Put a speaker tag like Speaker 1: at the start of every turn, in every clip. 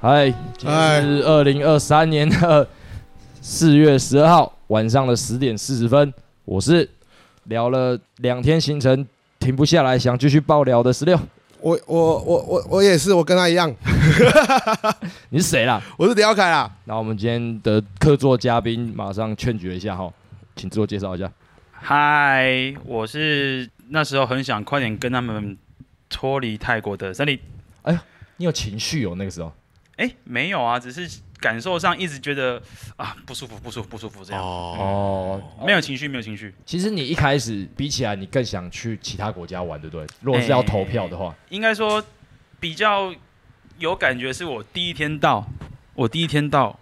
Speaker 1: 嗨，哎今天是二零二三年的四月十二号晚上的十点四十分，我是聊了两天行程停不下来，想继续爆聊的十六。
Speaker 2: 我我我我我也是，我跟他一样，
Speaker 1: 你是谁啦？
Speaker 2: 我是李耀凯啦。
Speaker 1: 那我们今天的客座嘉宾马上劝绝一下哈，请自我介绍一下。
Speaker 3: 嗨，我是那时候很想快点跟他们脱离泰国的森林。
Speaker 1: 你有情绪哦，那个时候
Speaker 3: 哎、没有啊，只是感受上一直觉得啊不舒服，不舒服，不舒服这样。
Speaker 2: 哦，
Speaker 1: 哦，
Speaker 3: 没有情绪，没有情绪，
Speaker 1: 其实你一开始比起来，你更想去其他国家玩，对不对？如果是要投票的话，
Speaker 3: 应该说比较有感觉。是我第一天到，我第一天到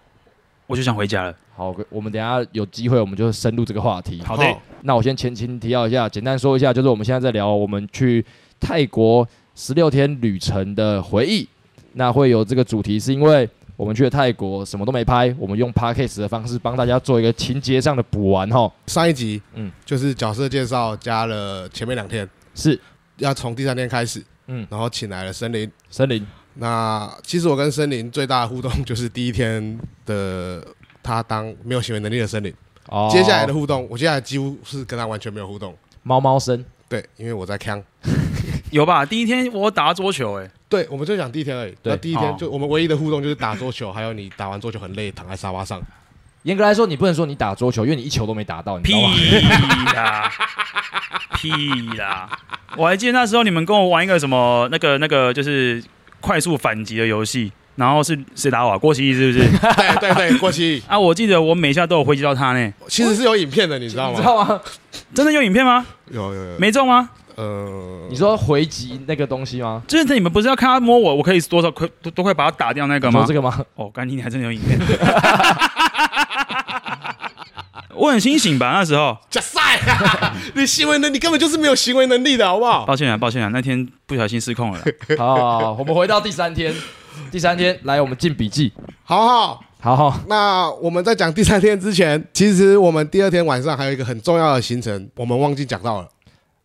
Speaker 3: 我就想回家了。
Speaker 1: 好，我们等一下有机会我们就深入这个话题。
Speaker 2: 好
Speaker 3: 的
Speaker 1: 那我先前情提要一下，简单说一下，就是我们现在在聊我们去泰国十六天旅程的回忆。那会有这个主题，是因为我们去了泰国，什么都没拍，我们用 podcast 的方式帮大家做一个情节上的补完哈。
Speaker 2: 上一集
Speaker 1: 嗯
Speaker 2: 嗯就是角色介绍加了前面两天，
Speaker 1: 是，
Speaker 2: 要从第三天开始，
Speaker 1: 嗯，
Speaker 2: 然后请来了森林。
Speaker 1: 森林
Speaker 2: 那其实我跟森林最大的互动就是第一天的他当没有行为能力的森林，
Speaker 1: 哦，
Speaker 2: 接下来的互动，我接下来几乎是跟他完全没有互动。
Speaker 1: 猫猫声，
Speaker 2: 对，因为我在扛。
Speaker 3: 有吧？第一天我打桌球、哎，
Speaker 2: 对，我们就讲第一天而已。
Speaker 1: 对
Speaker 2: 那第一天
Speaker 3: 哦
Speaker 2: 就我们唯一的互动就是打桌球，还有你打完桌球很累，躺在沙发上。
Speaker 1: 严格来说，你不能说你打桌球，因为你一球都没打到，你知
Speaker 3: 屁
Speaker 1: 道吗？
Speaker 3: 啦，屁啦！我还记得那时候你们跟我玩一个什么那个那个就是快速反击的游戏，然后是谁打我、啊？郭熙是不是？
Speaker 2: 对对对，过期
Speaker 3: 啊，我记得我每下都有回击到他呢。
Speaker 2: 其实是有影片的，你知道
Speaker 1: 你知
Speaker 2: 吗？
Speaker 1: 道吗？
Speaker 3: 真的有影片吗？
Speaker 2: 有有有，
Speaker 3: 没中吗？
Speaker 2: 呃，
Speaker 1: 你说回击那个东西吗？
Speaker 3: 就是你们不是要看他摸我，我可以多少快都都快把他打掉那个
Speaker 1: 你
Speaker 3: 吗
Speaker 1: 说？这 个吗？
Speaker 3: 哦，干你你还真的有影片。 我很清醒吧？那时候，
Speaker 2: 假赛、 啊，你行为能，你根本就是没有行为能力的好不好？
Speaker 1: 哦
Speaker 3: 抱歉啊，抱歉啊，那天不小心失控了啦。
Speaker 1: 好好，好我们回到第三天，第三天来，我们进笔记。
Speaker 2: 好好，
Speaker 1: 好好，
Speaker 2: 那我们在讲第三天之前，其实我们第二天晚上还有一个很重要的行程，我们忘记讲到了。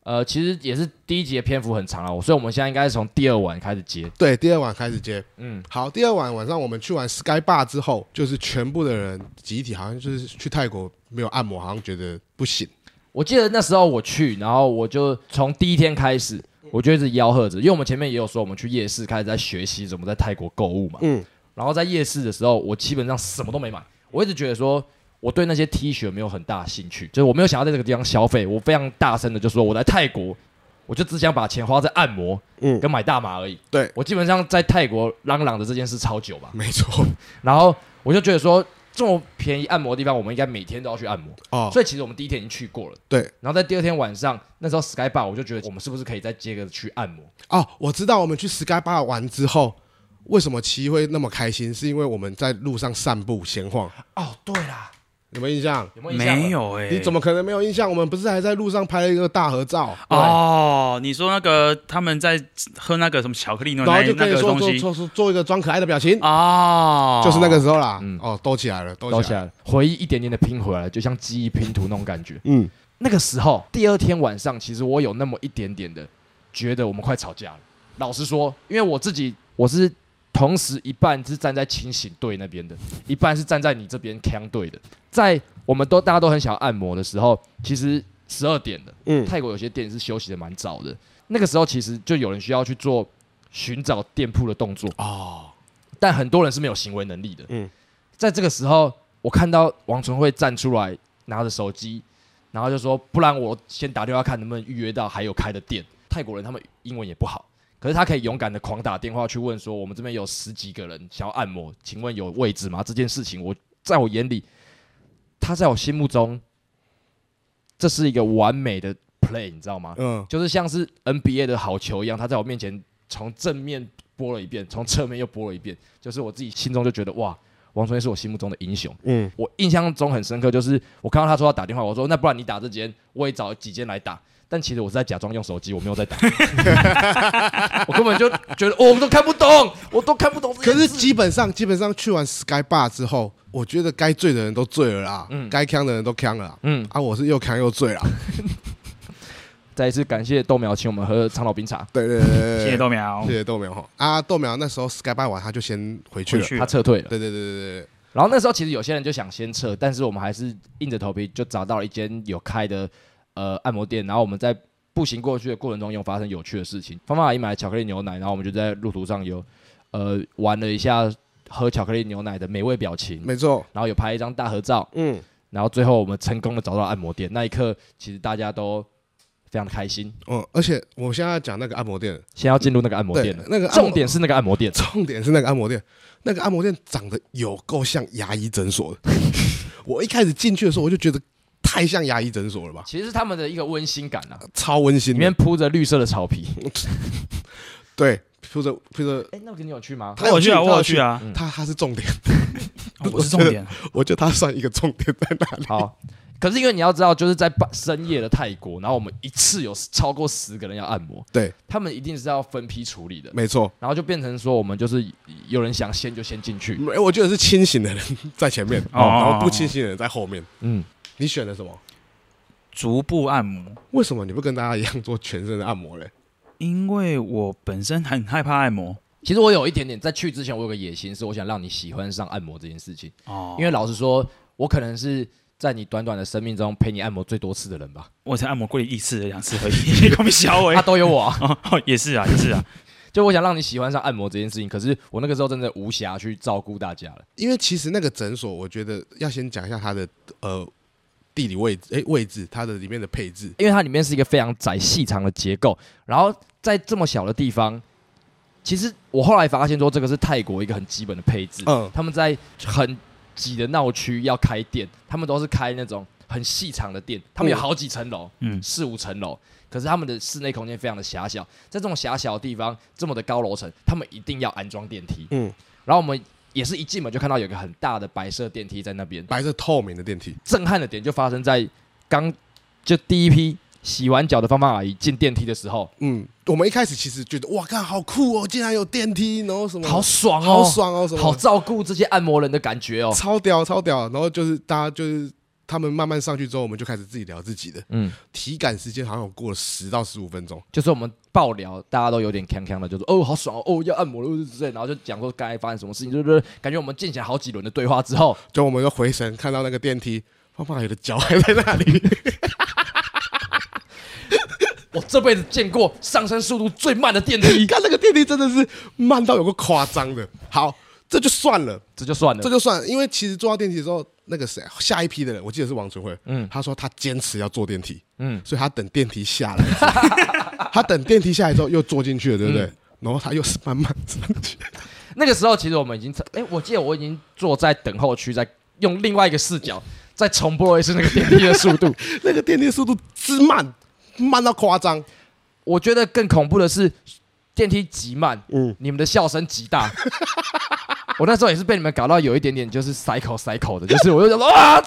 Speaker 1: 呃，其实也是第一集的篇幅很长了，所以我们现在应该是从第二晚开始接。
Speaker 2: 对，第二晚开始接。
Speaker 1: 嗯，
Speaker 2: 好，第二晚晚上我们去完 Sky Bar 之后，就是全部的人集体，好像就是去泰国没有按摩，好像觉得不行。
Speaker 1: 我记得那时候我去，然后我就从第一天开始，我就一直吆喝着，因为我们前面也有说我们去夜市开始在学习怎么在泰国购物嘛。
Speaker 2: 嗯，
Speaker 1: 然后在夜市的时候，我基本上什么都没买，我一直觉得说。我对那些 T 恤没有很大兴趣，就是我没有想要在这个地方消费。我非常大声的就说，我来泰国，我就只想把钱花在按摩，
Speaker 2: 嗯
Speaker 1: 跟买大麻而已。
Speaker 2: 对
Speaker 1: 我基本上在泰国嚷嚷的这件事超久吧，
Speaker 2: 没错，
Speaker 1: 然后我就觉得说，这么便宜按摩的地方，我们应该每天都要去按摩。
Speaker 2: 哦，
Speaker 1: 所以其实我们第一天已经去过了，
Speaker 2: 对，
Speaker 1: 然后在第二天晚上，那时候 Sky Bar 我就觉得我们是不是可以再接个去按摩？
Speaker 2: 哦，我知道我们去 Sky Bar 玩之后，为什么奇会那么开心，是因为我们在路上散步闲晃，
Speaker 1: 哦，对啦，
Speaker 2: 有没有印象？
Speaker 1: 有没有印象？
Speaker 3: 没。有哎、
Speaker 2: 你怎么可能没有印象？我们不是还在路上拍了一个大合照，
Speaker 3: 哦，你说那个他们在喝那个什么巧克力那
Speaker 2: 然后就
Speaker 3: 那
Speaker 2: 跟你
Speaker 3: 个
Speaker 2: 说
Speaker 3: 东
Speaker 2: 做
Speaker 3: 西
Speaker 2: 做做做一个装可爱的表情，
Speaker 3: 哦，
Speaker 2: 就是那个时候啦
Speaker 1: 嗯。
Speaker 2: 哦，兜起来了，兜
Speaker 1: 捞
Speaker 2: 起
Speaker 1: 起
Speaker 2: 来了。
Speaker 1: 来了，回忆一点点的拼回来，就像记忆拼图那种感觉。
Speaker 2: 嗯，
Speaker 1: 那个时候，第二天晚上，其实我有那么一点点的觉得我们快吵架了。老实说，因为我自己我是同时一半是站在清醒队那边的，一半是站在你这边腔队的。在我们都大家都很想要按摩的时候，其实十二点了，
Speaker 2: 嗯
Speaker 1: 泰国有些店是休息的蛮早的。那个时候其实就有人需要去做寻找店铺的动作，
Speaker 2: 哦，
Speaker 1: 但很多人是没有行为能力的。嗯
Speaker 2: 嗯，
Speaker 1: 在这个时候，我看到王纯慧站出来，拿着手机，然后就说：“不然我先打电话看能不能预约到还有开的店。”泰国人他们英文也不好，可是他可以勇敢的狂打电话去问说：“我们这边有十几个人想要按摩，请问有位置吗？”这件事情，我在我眼里，他在我心目中，这是一个完美的 play，你知道吗？
Speaker 2: 嗯，
Speaker 1: 就是像是 NBA 的好球一样，他在我面前从正面播了一遍，从侧面又播了一遍，就是我自己心中就觉得哇，王春是我心目中的英雄。
Speaker 2: 嗯，
Speaker 1: 我印象中很深刻，就是我看到他说要打电话，我说那不然你打这间，我也找几间来打。但其实我是在假装用手机，我没有在 打，我根本就觉得、哦、我都看不懂，我都看不懂这
Speaker 2: 可
Speaker 1: 件
Speaker 2: 是
Speaker 1: 事。
Speaker 2: 基本上基本上去完 Sky Bar 之后，我觉得该醉的人都醉了啦，该呛的人都呛了啦，
Speaker 1: 嗯，
Speaker 2: 啊，我是又呛又醉啦。
Speaker 1: 再一次感谢豆苗请我们喝长岛冰茶，
Speaker 2: 对对对对对，
Speaker 3: 谢谢豆苗
Speaker 2: 谢，谢豆苗哈啊，豆苗那时候 Sky 拜完他就先回去
Speaker 3: 回
Speaker 2: 了。
Speaker 3: 去
Speaker 1: 他撤退了。
Speaker 2: 对对对对对，
Speaker 1: 然后那时候其实有些人就想先撤，但是我们还是硬着头皮就找到了一间有开的呃按摩店，然后我们在步行过去的过程中有发生有趣的事情。芳芳阿姨买了巧克力牛奶，然后我们就在路途上有呃玩了一下喝巧克力牛奶的美味表情，
Speaker 2: 没错，
Speaker 1: 然后有拍一张大合照，
Speaker 2: 嗯，
Speaker 1: 然后最后我们成功的找到了按摩店。那一刻其实大家都非常的开心。
Speaker 2: 哦，而且我现在讲那个按摩店，
Speaker 1: 先要进入那个按摩
Speaker 2: 对
Speaker 1: 店了，，
Speaker 2: 那个按摩，
Speaker 1: 重点是那个按摩店
Speaker 2: 重点是那个按摩店，那个按摩店长得有够像牙医诊所的。 我一开始进去的时候，我就觉得太像牙医诊所了吧，
Speaker 1: 其实是他们的一个温馨感啊，
Speaker 2: 超温馨
Speaker 1: 里
Speaker 2: 的。
Speaker 1: 面铺着绿色的草皮。
Speaker 2: 对，披着披着，
Speaker 1: 哎，那个你有去吗？
Speaker 2: 他
Speaker 3: 我
Speaker 2: 有
Speaker 3: 去啊，
Speaker 2: 他
Speaker 3: 我有
Speaker 2: 有
Speaker 3: 去，啊，
Speaker 2: 他他是重点，
Speaker 3: 哦我是重点，
Speaker 2: 我觉得他算一个重点在哪里。
Speaker 1: 好，可是因为你要知道，就是在半深夜的泰国，然后我们一次有超过十个人要按摩，
Speaker 2: 对，
Speaker 1: 他们一定是要分批处理的，
Speaker 2: 没错，
Speaker 1: 然后就变成说我们就是有人想先就先进去，
Speaker 2: 没我觉得是清醒的人 在前面，
Speaker 3: 哦
Speaker 2: 然后不清醒的人在后面。
Speaker 1: 嗯，
Speaker 2: 你选了什么？
Speaker 3: 逐步按摩，
Speaker 2: 为什么你不跟大家一样做全身的按摩嘞？
Speaker 3: 因为我本身很害怕按摩
Speaker 1: 其实我有一点点在去之前，我有个野心是我想让你喜欢上按摩这件事情，
Speaker 3: 哦，
Speaker 1: 因为老实说，我可能是在你短短的生命中陪你按摩最多次的人 吧，
Speaker 3: 我才按摩过一次两次而已，你搞没小我
Speaker 1: 他、。都有我、啊，
Speaker 3: 哦，也是啊，也是啊，
Speaker 1: 就我想让你喜欢上按摩这件事情，可是我那个时候真的无暇去照顾大家了。
Speaker 2: 因为其实那个诊所，我觉得要先讲一下它的呃地理位置，哎、位置，它的里面的配置。
Speaker 1: 因为它里面是一个非常窄细长的结构，然后在这么小的地方，其实我后来发现说，这个是泰国一个很基本的配置。
Speaker 2: 嗯
Speaker 1: 他们在很挤的闹区要开店，他们都是开那种很细长的店，他们有
Speaker 2: 嗯
Speaker 1: 好几层楼，
Speaker 3: 嗯，
Speaker 1: 四五层楼，可是他们的室内空间非常的狭小，在这种狭小的地方，这么的高楼层，他们一定要安装电梯。
Speaker 2: 嗯，
Speaker 1: 然后我们也是一进门就看到有一个很大的白色电梯在那边，
Speaker 2: 白色透明的电梯，
Speaker 1: 震撼的点就发生在刚就第一批洗完脚的芳芳阿姨进电梯的时候，
Speaker 2: 嗯，我们一开始其实觉得哇，看好酷哦，竟然有电梯，然后什么
Speaker 1: 好爽哦，
Speaker 2: 好爽哦，什么
Speaker 1: 好照顾这些按摩人的感觉哦。
Speaker 2: 超屌超屌，然后就是大家就是他们慢慢上去之后，我们就开始自己聊自己的，
Speaker 1: 嗯，
Speaker 2: 体感时间好像有过了十到十五分钟，
Speaker 1: 就是我们爆聊，大家都有点锵锵的，就说哦好爽哦，哦要按摩了之类，然后就讲说刚才发生什么事情，就是感觉我们进行好几轮的对话之 后，
Speaker 2: 就我们又回神看到那个电梯，胖胖有的脚还在那里，
Speaker 1: 我这辈子见过上升速度最慢的电梯
Speaker 2: 你，看那个电梯真的是慢到有个夸张的，好，这就算了。
Speaker 1: 这就算了
Speaker 2: 这。就算了，因为其实坐到电梯的时候，那个谁啊，下一批的人，我记得是王纯慧，
Speaker 1: 嗯
Speaker 2: 嗯，他说他坚持要坐电梯，
Speaker 1: 嗯
Speaker 2: 嗯，所以他等电梯下来之后， 他等电梯下来之后又坐进去了，对不对？
Speaker 3: 嗯
Speaker 2: 然后他又是慢慢上去，
Speaker 1: 那个时候其实我们已经，哎，我记得我已经坐在等候区在用另外一个视角再重播一次那个电梯的速度。
Speaker 2: 那个电梯速度之慢，慢到夸张。
Speaker 1: 我觉得更恐怖的是电梯极慢，
Speaker 2: 嗯，
Speaker 1: 你们的笑声极 大。我那时候也是被你们搞到有一点点就是塞口塞口的，就是我就想说啊啊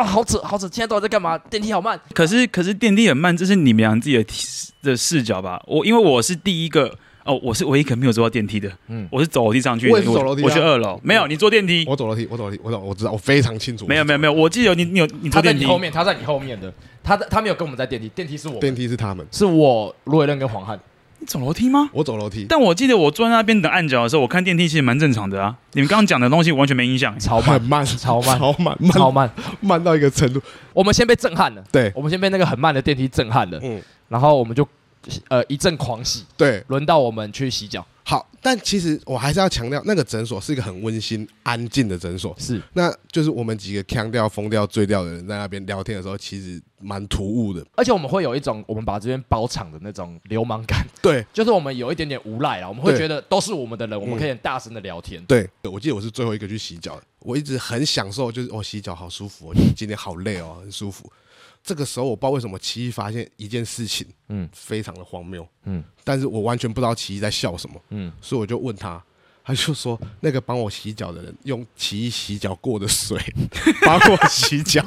Speaker 1: 啊，好扯好扯，现在到底在干嘛？电梯好慢，
Speaker 3: 可是可是电梯很慢，这是你们俩自己的体的视角吧？我因为我是第一个。哦，我是唯一一个没有坐到电梯的，
Speaker 1: 嗯
Speaker 3: 嗯，我是走楼梯上去，
Speaker 2: 我也是走楼梯啊
Speaker 3: 我去二楼，没有你坐电梯，
Speaker 2: 我走楼梯，我走楼梯，我走，我知道，我非常清楚。
Speaker 3: 没有没有没有，我记得有你你有你
Speaker 1: 他在
Speaker 3: 坐电梯
Speaker 1: 你后面，他在你后面的，他在他没有跟我们在电梯，电梯是我
Speaker 2: 有，电梯是他们，
Speaker 1: 是我罗伟任跟黄汉，
Speaker 3: 你走楼梯吗？
Speaker 2: 我走楼 梯，
Speaker 3: 但我记得我坐在那边等按脚的时候，我看电梯其实蛮正常的啊。你们刚刚讲的东西完全没影响，
Speaker 1: 超
Speaker 2: 很
Speaker 1: 慢
Speaker 2: 慢，
Speaker 1: 超慢
Speaker 2: 超慢，
Speaker 1: 超
Speaker 2: 慢
Speaker 1: 慢，
Speaker 2: 慢到一个程度。
Speaker 1: 我们先被震撼了，
Speaker 2: 对
Speaker 1: 我们先被那个很慢的电梯震撼了，
Speaker 2: 嗯
Speaker 1: 然后我们就呃一阵狂喜，
Speaker 2: 对，
Speaker 1: 轮到我们去洗脚，
Speaker 2: 好，但其实我还是要强调，那个诊所是一个很温馨、安静的诊所。
Speaker 1: 是
Speaker 2: 那就是我们几个腔调、疯掉、醉掉的人在那边聊天的时候，其实蛮突兀的。
Speaker 1: 而且我们会有一种我们把这边包场的那种流氓感，
Speaker 2: 对
Speaker 1: 就是我们有一点点无赖啦，我们会
Speaker 2: 对
Speaker 1: 觉得都是我们的人，我们可以很大声的聊天。
Speaker 2: 对，我记得我是最后一个去洗脚的，我一直很享受，就是哦，洗脚好舒服、哦，就是今天好累哦，很舒服。这个时候我不知道为什么奇艺发现一件事情，
Speaker 1: 嗯
Speaker 2: 嗯，非常的荒谬，
Speaker 1: 嗯
Speaker 2: 嗯，但是我完全不知道奇艺在笑什么，
Speaker 1: 嗯，
Speaker 2: 所以我就问他。他就说，那个帮我洗脚的人用奇艺洗脚过的 水帮我洗脚，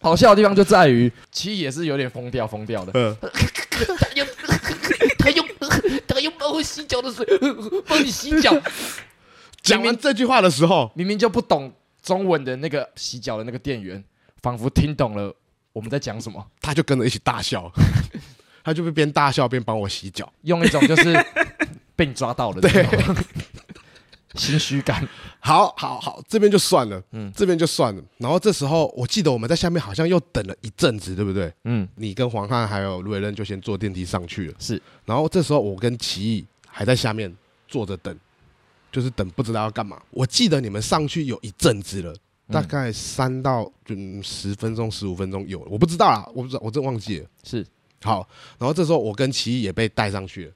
Speaker 1: 好笑的地方就在于，其实也是有点疯掉疯掉的，
Speaker 2: 嗯，
Speaker 1: 他用他用他用帮我洗脚的水帮你洗脚，
Speaker 2: 讲完这句话的时候，
Speaker 1: 明明就不懂中文的那个洗脚的那个店员，仿佛听懂了我们在讲什么，
Speaker 2: 他就跟着一起大笑， 他就边大笑边帮我洗脚。
Speaker 1: 用一种就是被你抓 到了的那种心虚感。
Speaker 2: 好好好，这边就算了，嗯，这边就算了。然后这时候，我记得我们在下面好像又等了一阵子，对不对？
Speaker 1: 嗯，
Speaker 2: 你跟黄汉还有卢伟任就先坐电梯上去了。
Speaker 1: 是，
Speaker 2: 然后这时候我跟奇艺还在下面坐着等，就是等不知道要干嘛。我记得你们上去有一阵子了，大概三到嗯十分钟、十五分钟有了，我不知道啦，我不知道，我真忘记了。
Speaker 1: 是
Speaker 2: 好，然后这时候我跟奇艺也被带上去了，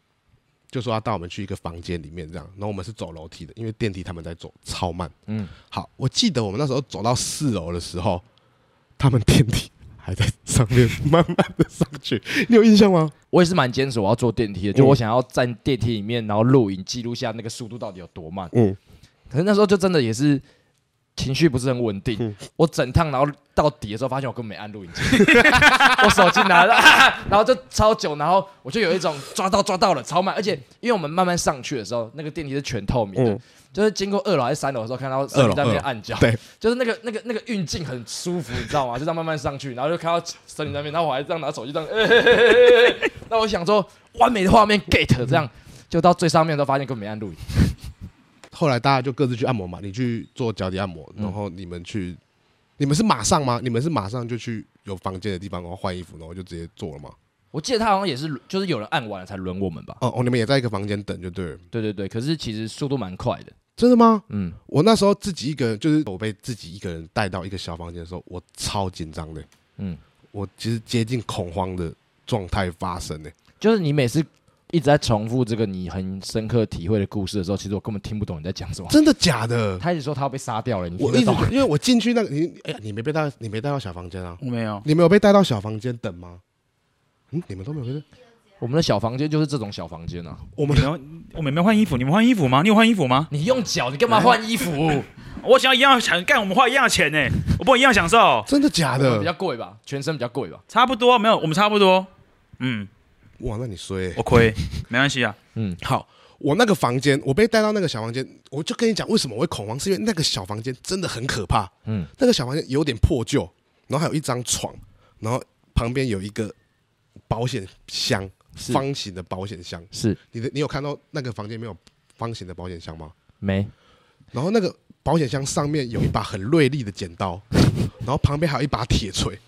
Speaker 2: 就说要带我们去一个房间里面这样。然后我们是走楼梯的，因为电梯他们在走，超慢。
Speaker 1: 嗯，
Speaker 2: 好，我记得我们那时候走到四楼的时候，他们电梯还在上面慢慢的上去，你有印象吗？
Speaker 1: 我也是蛮坚持我要坐电梯的，就我想要站电梯里面，然后录影记录下那个速度到底有多慢。
Speaker 2: 嗯，
Speaker 1: 可是那时候就真的也是情绪不是很稳定，我整趟然后到底的时候发现我根本没按录影 机，我手机拿了、啊 然后就超久，然后我就有一种抓到抓到了超慢，而且因为我们慢慢上去的时候，那个电梯是全透明的，
Speaker 2: 嗯
Speaker 1: 就是经过二楼还是三楼的时候，看到三楼在那边
Speaker 2: 二楼
Speaker 1: 按脚，
Speaker 2: 对，
Speaker 1: 就是那个那个那个运镜很舒服，你知道吗？就这样慢慢上去，然后就看到森林那边，然后我还这样拿手机这样，欸欸欸欸欸 那我想说完美的画面 get 这样，就到最上面的时候发现根本没按录影，
Speaker 2: 后来大家就各自去按摩嘛，你去做脚底按摩，然后你们去，你们是马上吗？你们是马上就去有房间的地方，然后换衣服，然后就直接做了吗？
Speaker 1: 我记得他好像也是就是有人按完了才轮我们吧？
Speaker 2: 哦哦，你们也在一个房间等就对了，
Speaker 1: 对对对，可是其实速度蛮快的，
Speaker 2: 真的吗？
Speaker 1: 嗯，
Speaker 2: 我那时候自己一个人，就是我被自己一个人带到一个小房间的时候，我超紧张的。
Speaker 1: 嗯
Speaker 2: 嗯，我其实接近恐慌的状态发生呢。
Speaker 1: 就是你每次一直在重复这个你很深刻体会的故事的时候，其实我根本听不懂你在讲什么。
Speaker 2: 真的假的？
Speaker 1: 他一直说他要被杀掉了，你听
Speaker 2: 我
Speaker 1: 得
Speaker 2: 一直
Speaker 1: 懂？
Speaker 2: 因为我进去那个你，哎、你没被带，你没带到小房间啊？
Speaker 3: 我没有，
Speaker 2: 你没有被带到小房间等吗？嗯，你们都没有被带。
Speaker 1: 我们的小房间就是这种小房间啊！
Speaker 2: 我们
Speaker 3: 你们我们没有换衣服，你们换衣服吗？你有换衣服吗？
Speaker 1: 你用脚，你干嘛换衣服？
Speaker 3: 我想要一样的钱，干我们花一样的钱呢、我不能一样享受，
Speaker 2: 真的假
Speaker 1: 啊我们比较
Speaker 2: 的？
Speaker 1: 贵吧，全身比较贵吧。
Speaker 3: 差不多没有，我们差不多，嗯，
Speaker 2: 哇，那你衰、欸。
Speaker 3: 我亏，没关系啊，
Speaker 1: 嗯，
Speaker 2: 好，我那个房间，我被带到那个小房间，我就跟你讲为什么我会恐慌，是因为那个小房间真的很可怕。
Speaker 1: 嗯
Speaker 2: 嗯，那个小房间有点破旧，然后还有一张床，然后旁边有一个保险箱，
Speaker 1: 是
Speaker 2: 方形的保险箱。
Speaker 1: 是
Speaker 2: 你的你有看到那个房间没有方形的保险箱吗？
Speaker 1: 没
Speaker 2: 然后那个保险箱上面有一把很锐利的剪刀，然后旁边还有一把铁锤。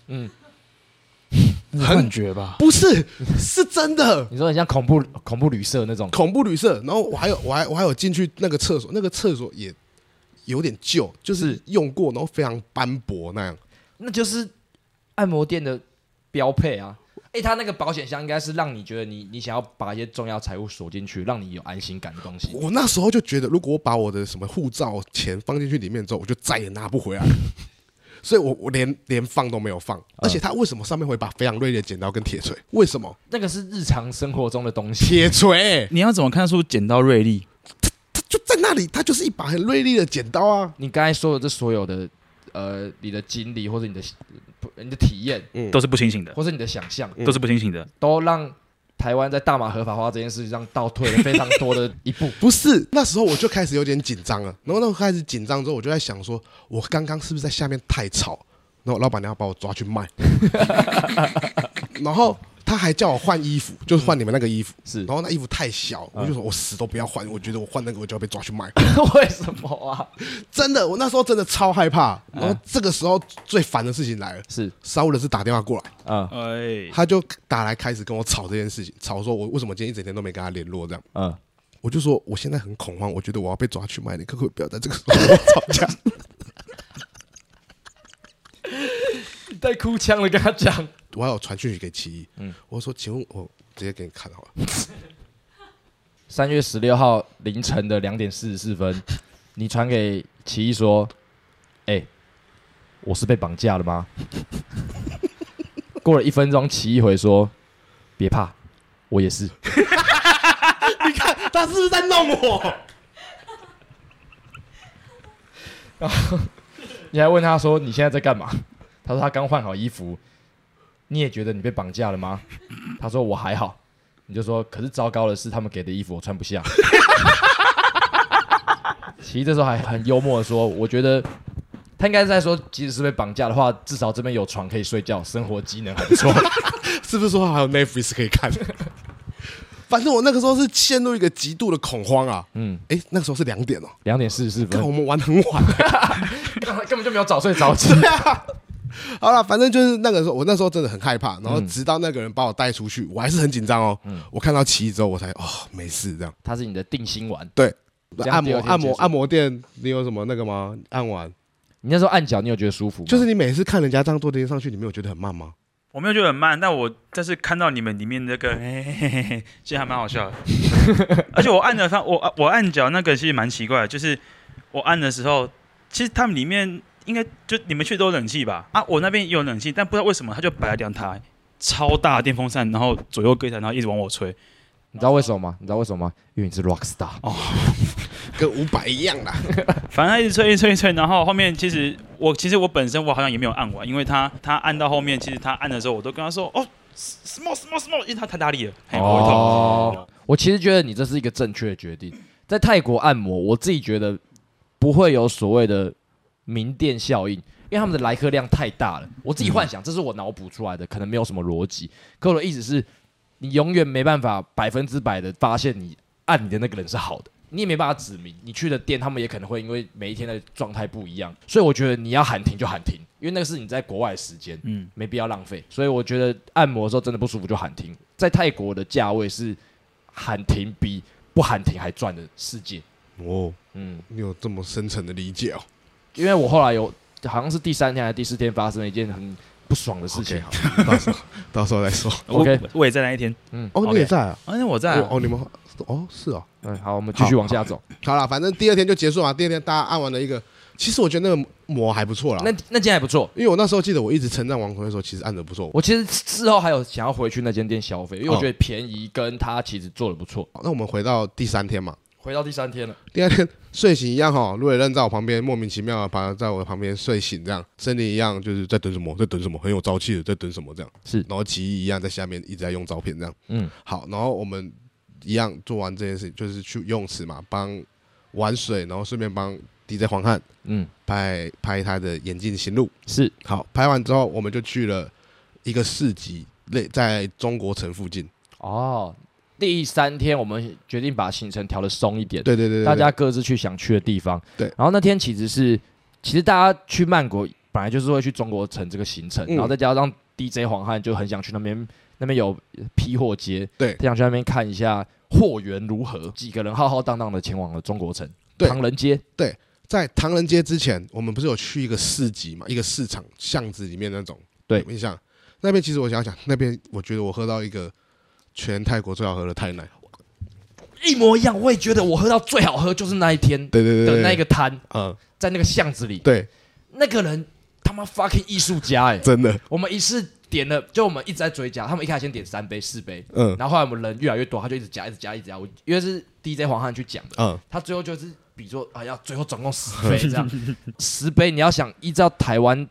Speaker 1: 幻觉吧？
Speaker 2: 不是，是真的。
Speaker 1: 你说很像恐怖恐怖旅社那种，
Speaker 2: 恐怖旅社，然后我还有我还我还有进去那个厕所，那个厕所也有点旧，就是
Speaker 1: 是
Speaker 2: 用过，然后非常斑驳那样。
Speaker 1: 那就是按摩店的标配啊。哎，它那个保险箱应该是让你觉得你你想要把一些重要财物锁进去，让你有安心感的东西。
Speaker 2: 我那时候就觉得，如果我把我的什么护照、钱放进去里面之后，我就再也拿不回来 了。所以我我连连放都没有放，而且他为什么上面会把非常锐利的剪刀跟铁锤？为什么
Speaker 1: 那个是日常生活中的东西。
Speaker 2: 铁锤？
Speaker 3: 你要怎么看出剪刀锐利？
Speaker 2: 它就在那里，它就是一把很锐利的剪刀啊！。
Speaker 1: 你刚才说的这所有的，呃，你的经历或者你的不你的体验，
Speaker 3: 都是不清醒的，
Speaker 1: 或者你的想象，
Speaker 3: 都是不清醒的。
Speaker 1: 都让台湾在大麻合法化这件事情上倒退了非常多的一 步
Speaker 2: 不是，那时候我就开始有点紧张了。然后那我开始紧张之后，我就在想说，我刚刚是不是在下面太吵？然后老板娘要把我抓去卖，然后他还叫我换衣服，就是换你们那个衣服。
Speaker 1: 是
Speaker 2: 然后那衣服太小，我就说我死都不要换，我觉得我换那个我就要被抓去卖。
Speaker 1: 为什么啊？
Speaker 2: 真的，我那时候真的超害怕。然后这个时候最烦的事情来了，
Speaker 1: 是
Speaker 2: 商务人士打电话过来，
Speaker 1: 啊
Speaker 3: 哎，
Speaker 2: 他就打来开始跟我吵这件事情，吵说我为什么今天一整天都没跟他联络这样。
Speaker 1: 嗯，
Speaker 2: 我就说我现在很恐慌，我觉得我要被抓去卖，你可不可以不要在这个时候跟我吵架？
Speaker 1: 带哭腔的跟他讲，
Speaker 2: 我还有传讯息给奇艺，
Speaker 1: 嗯
Speaker 2: 我说请问我直接给你看好了，
Speaker 1: 三月十六号凌晨的两点四十四分，你传给奇艺说：“哎、我是被绑架了吗？” 过了一分钟，奇艺回说：“别怕，我也是。
Speaker 2: 他是不是在弄我？”
Speaker 1: 你还问他说：“你现在在干嘛？”他说：“他刚换好衣服。”你也觉得你被绑架了吗？他说：“我还好。”你就说：“可是糟糕的是，他们给的衣服我穿不下。” 奇艺这时候还很幽默的说：“我觉得他应该是在说，即使是被绑架的话，至少这边有床可以睡觉，生活机能还不错。
Speaker 2: 是不是说还有 Netflix 可以看？反正我那个时候是陷入一个极度的恐慌啊。
Speaker 1: 嗯
Speaker 2: 嗯，哎，那个时候是两点哦，”
Speaker 1: 两点四十四
Speaker 2: 看我
Speaker 1: 分，
Speaker 2: 们玩很晚。
Speaker 1: 根本根本就没有早睡早起。
Speaker 2: 好了，反正就是那个时候，我那时候真的很害怕，然后直到那个人把我带出去，我还是很紧张哦。
Speaker 1: 嗯
Speaker 2: 我看到奇艺之后，我才哦没事这样。
Speaker 1: 他是你的定心丸。
Speaker 2: 对，
Speaker 1: 这样
Speaker 2: 按
Speaker 1: 第
Speaker 2: 摩
Speaker 1: 二天
Speaker 2: 按
Speaker 1: 结
Speaker 2: 摩
Speaker 1: 束
Speaker 2: 按摩店，你有什么那个吗？按完
Speaker 1: 你那时候按脚，你有觉得舒服吗？
Speaker 2: 就是你每次看人家这样做这些上去，你没有觉得很慢吗？
Speaker 3: 我没有觉得很慢，但我但是看到你们里面那个，哎嘿嘿嘿其实还蛮好笑的。 而且我按的方，我我按脚那个其实蛮奇怪的，就是我按的时候，其实他们里面应该就你们去都有冷气吧？啊，我那边也有冷气，但不知道为什么他就摆了两台超大的电风扇，然后左右各一台，然后一直往我吹。
Speaker 1: 你知道为什么吗？你知道为什么吗？因为你是 rock star。
Speaker 2: 跟五百一样啦。
Speaker 3: 反正他一直吹一直吹一直吹，然后后面其实我其实我本身我好像也没有按完，因为他他按到后面，其实他按的时候我都跟他说哦，small small small，因为他太大力了，嘿，我会痛。
Speaker 1: 哦，我其实觉得你这是一个正确的决定。在泰国按摩，我自己觉得不会有所谓的名店效应，因为他们的来客量太大了。我自己幻想，这是我脑补出来的，可能没有什么逻辑。可我的意思是，你永远没办法百分之百的发现你按你的那个人是好的，你也没办法指明你去的店，他们也可能会因为每一天的状态不一样，所以我觉得你要喊停就喊停，因为那个是你在国外的时间，嗯
Speaker 3: 嗯，
Speaker 1: 没必要浪费。所以我觉得按摩的时候真的不舒服就喊停，在泰国的价位是喊停比不喊停还赚的世界，
Speaker 2: 哦，
Speaker 1: 嗯，
Speaker 2: 你有这么深层的理解哦。
Speaker 1: 因为我后来有好像是第三天还是第四天发生了一件很不爽的事情
Speaker 2: OK，好，到时候 到时候再说。
Speaker 1: OK
Speaker 3: 我我也在那一天。
Speaker 2: 哦，你
Speaker 3: OK
Speaker 2: 也在啊？
Speaker 3: 啊，那我在、
Speaker 2: 哦
Speaker 3: 啊，
Speaker 2: 哦，你们哦是哦。
Speaker 1: 嗯，好，我们继续往下走。
Speaker 2: 好了，反正第二天就结束嘛。啊第二天大家按完了一个，其实我觉得那个膜还不错啦。
Speaker 1: 那那间还不错，
Speaker 2: 因为我那时候记得我一直称赞王同学说，其实按的不错。
Speaker 1: 我其实事后还有想要回去那间店消费，因为我
Speaker 2: 哦
Speaker 1: 觉得便宜，跟他其实做的不错。
Speaker 2: 好那我们回到第三天嘛，
Speaker 1: 回到第三天了，
Speaker 2: 第二天睡醒一样哈，陆伟任在我旁边莫名其妙的爬在我旁边睡醒，这样森林一样就是在等什么，在等什么，很有朝气的在等什么这样。
Speaker 1: 是
Speaker 2: 然后奇艺一样在下面一直在用照片这样。
Speaker 1: 嗯，
Speaker 2: 好，然后我们一样做完这件事情，就是去游泳池嘛，帮玩水，然后顺便帮 DJ 黄汉
Speaker 1: 嗯，
Speaker 2: 拍拍他的眼镜行路。
Speaker 1: 是
Speaker 2: 好，拍完之后我们就去了一个市集，类在中国城附近。
Speaker 1: 哦。第三天我们决定把行程调的松一点，
Speaker 2: 对对对对，
Speaker 1: 大家各自去想去的地方。
Speaker 2: 对
Speaker 1: 然后那天其实是，其实大家去曼谷本来就是会去中国城这个行程，
Speaker 2: 嗯
Speaker 1: 然后再加上 DJ 黄汉就很想去那边，那边有批货街，
Speaker 2: 对
Speaker 1: 他想去那边看一下货源如何。几个人浩浩荡荡的前往了中国城，
Speaker 2: 对
Speaker 1: 唐人街，
Speaker 2: 在唐人街之前，我们不是有去一个市集嘛，一个市场巷子里面那种，
Speaker 1: 对
Speaker 2: 有印象。那边其实我想想，那边我觉得我喝到一个全泰国最好喝的泰奶，
Speaker 1: 一模一样。我也觉得我喝到最好喝就是那一天
Speaker 2: 对对对
Speaker 1: 的
Speaker 2: 对，
Speaker 1: 那个摊，
Speaker 2: 嗯，
Speaker 1: 在那个巷子里，
Speaker 2: 对，
Speaker 1: 那个人他妈 fucking 艺术家哎、
Speaker 2: 真的，
Speaker 1: 我们一次点了，就我们一直在追加，他们一开始先点三杯、四杯，
Speaker 2: 嗯
Speaker 1: 然后后来我们人越来越多，他就一直加、一直加、一直加。我因为是 DJ 黄汉去讲的，
Speaker 2: 嗯，
Speaker 1: 他最后就是比作啊，要最后总共十杯这样，十杯你要想依照台湾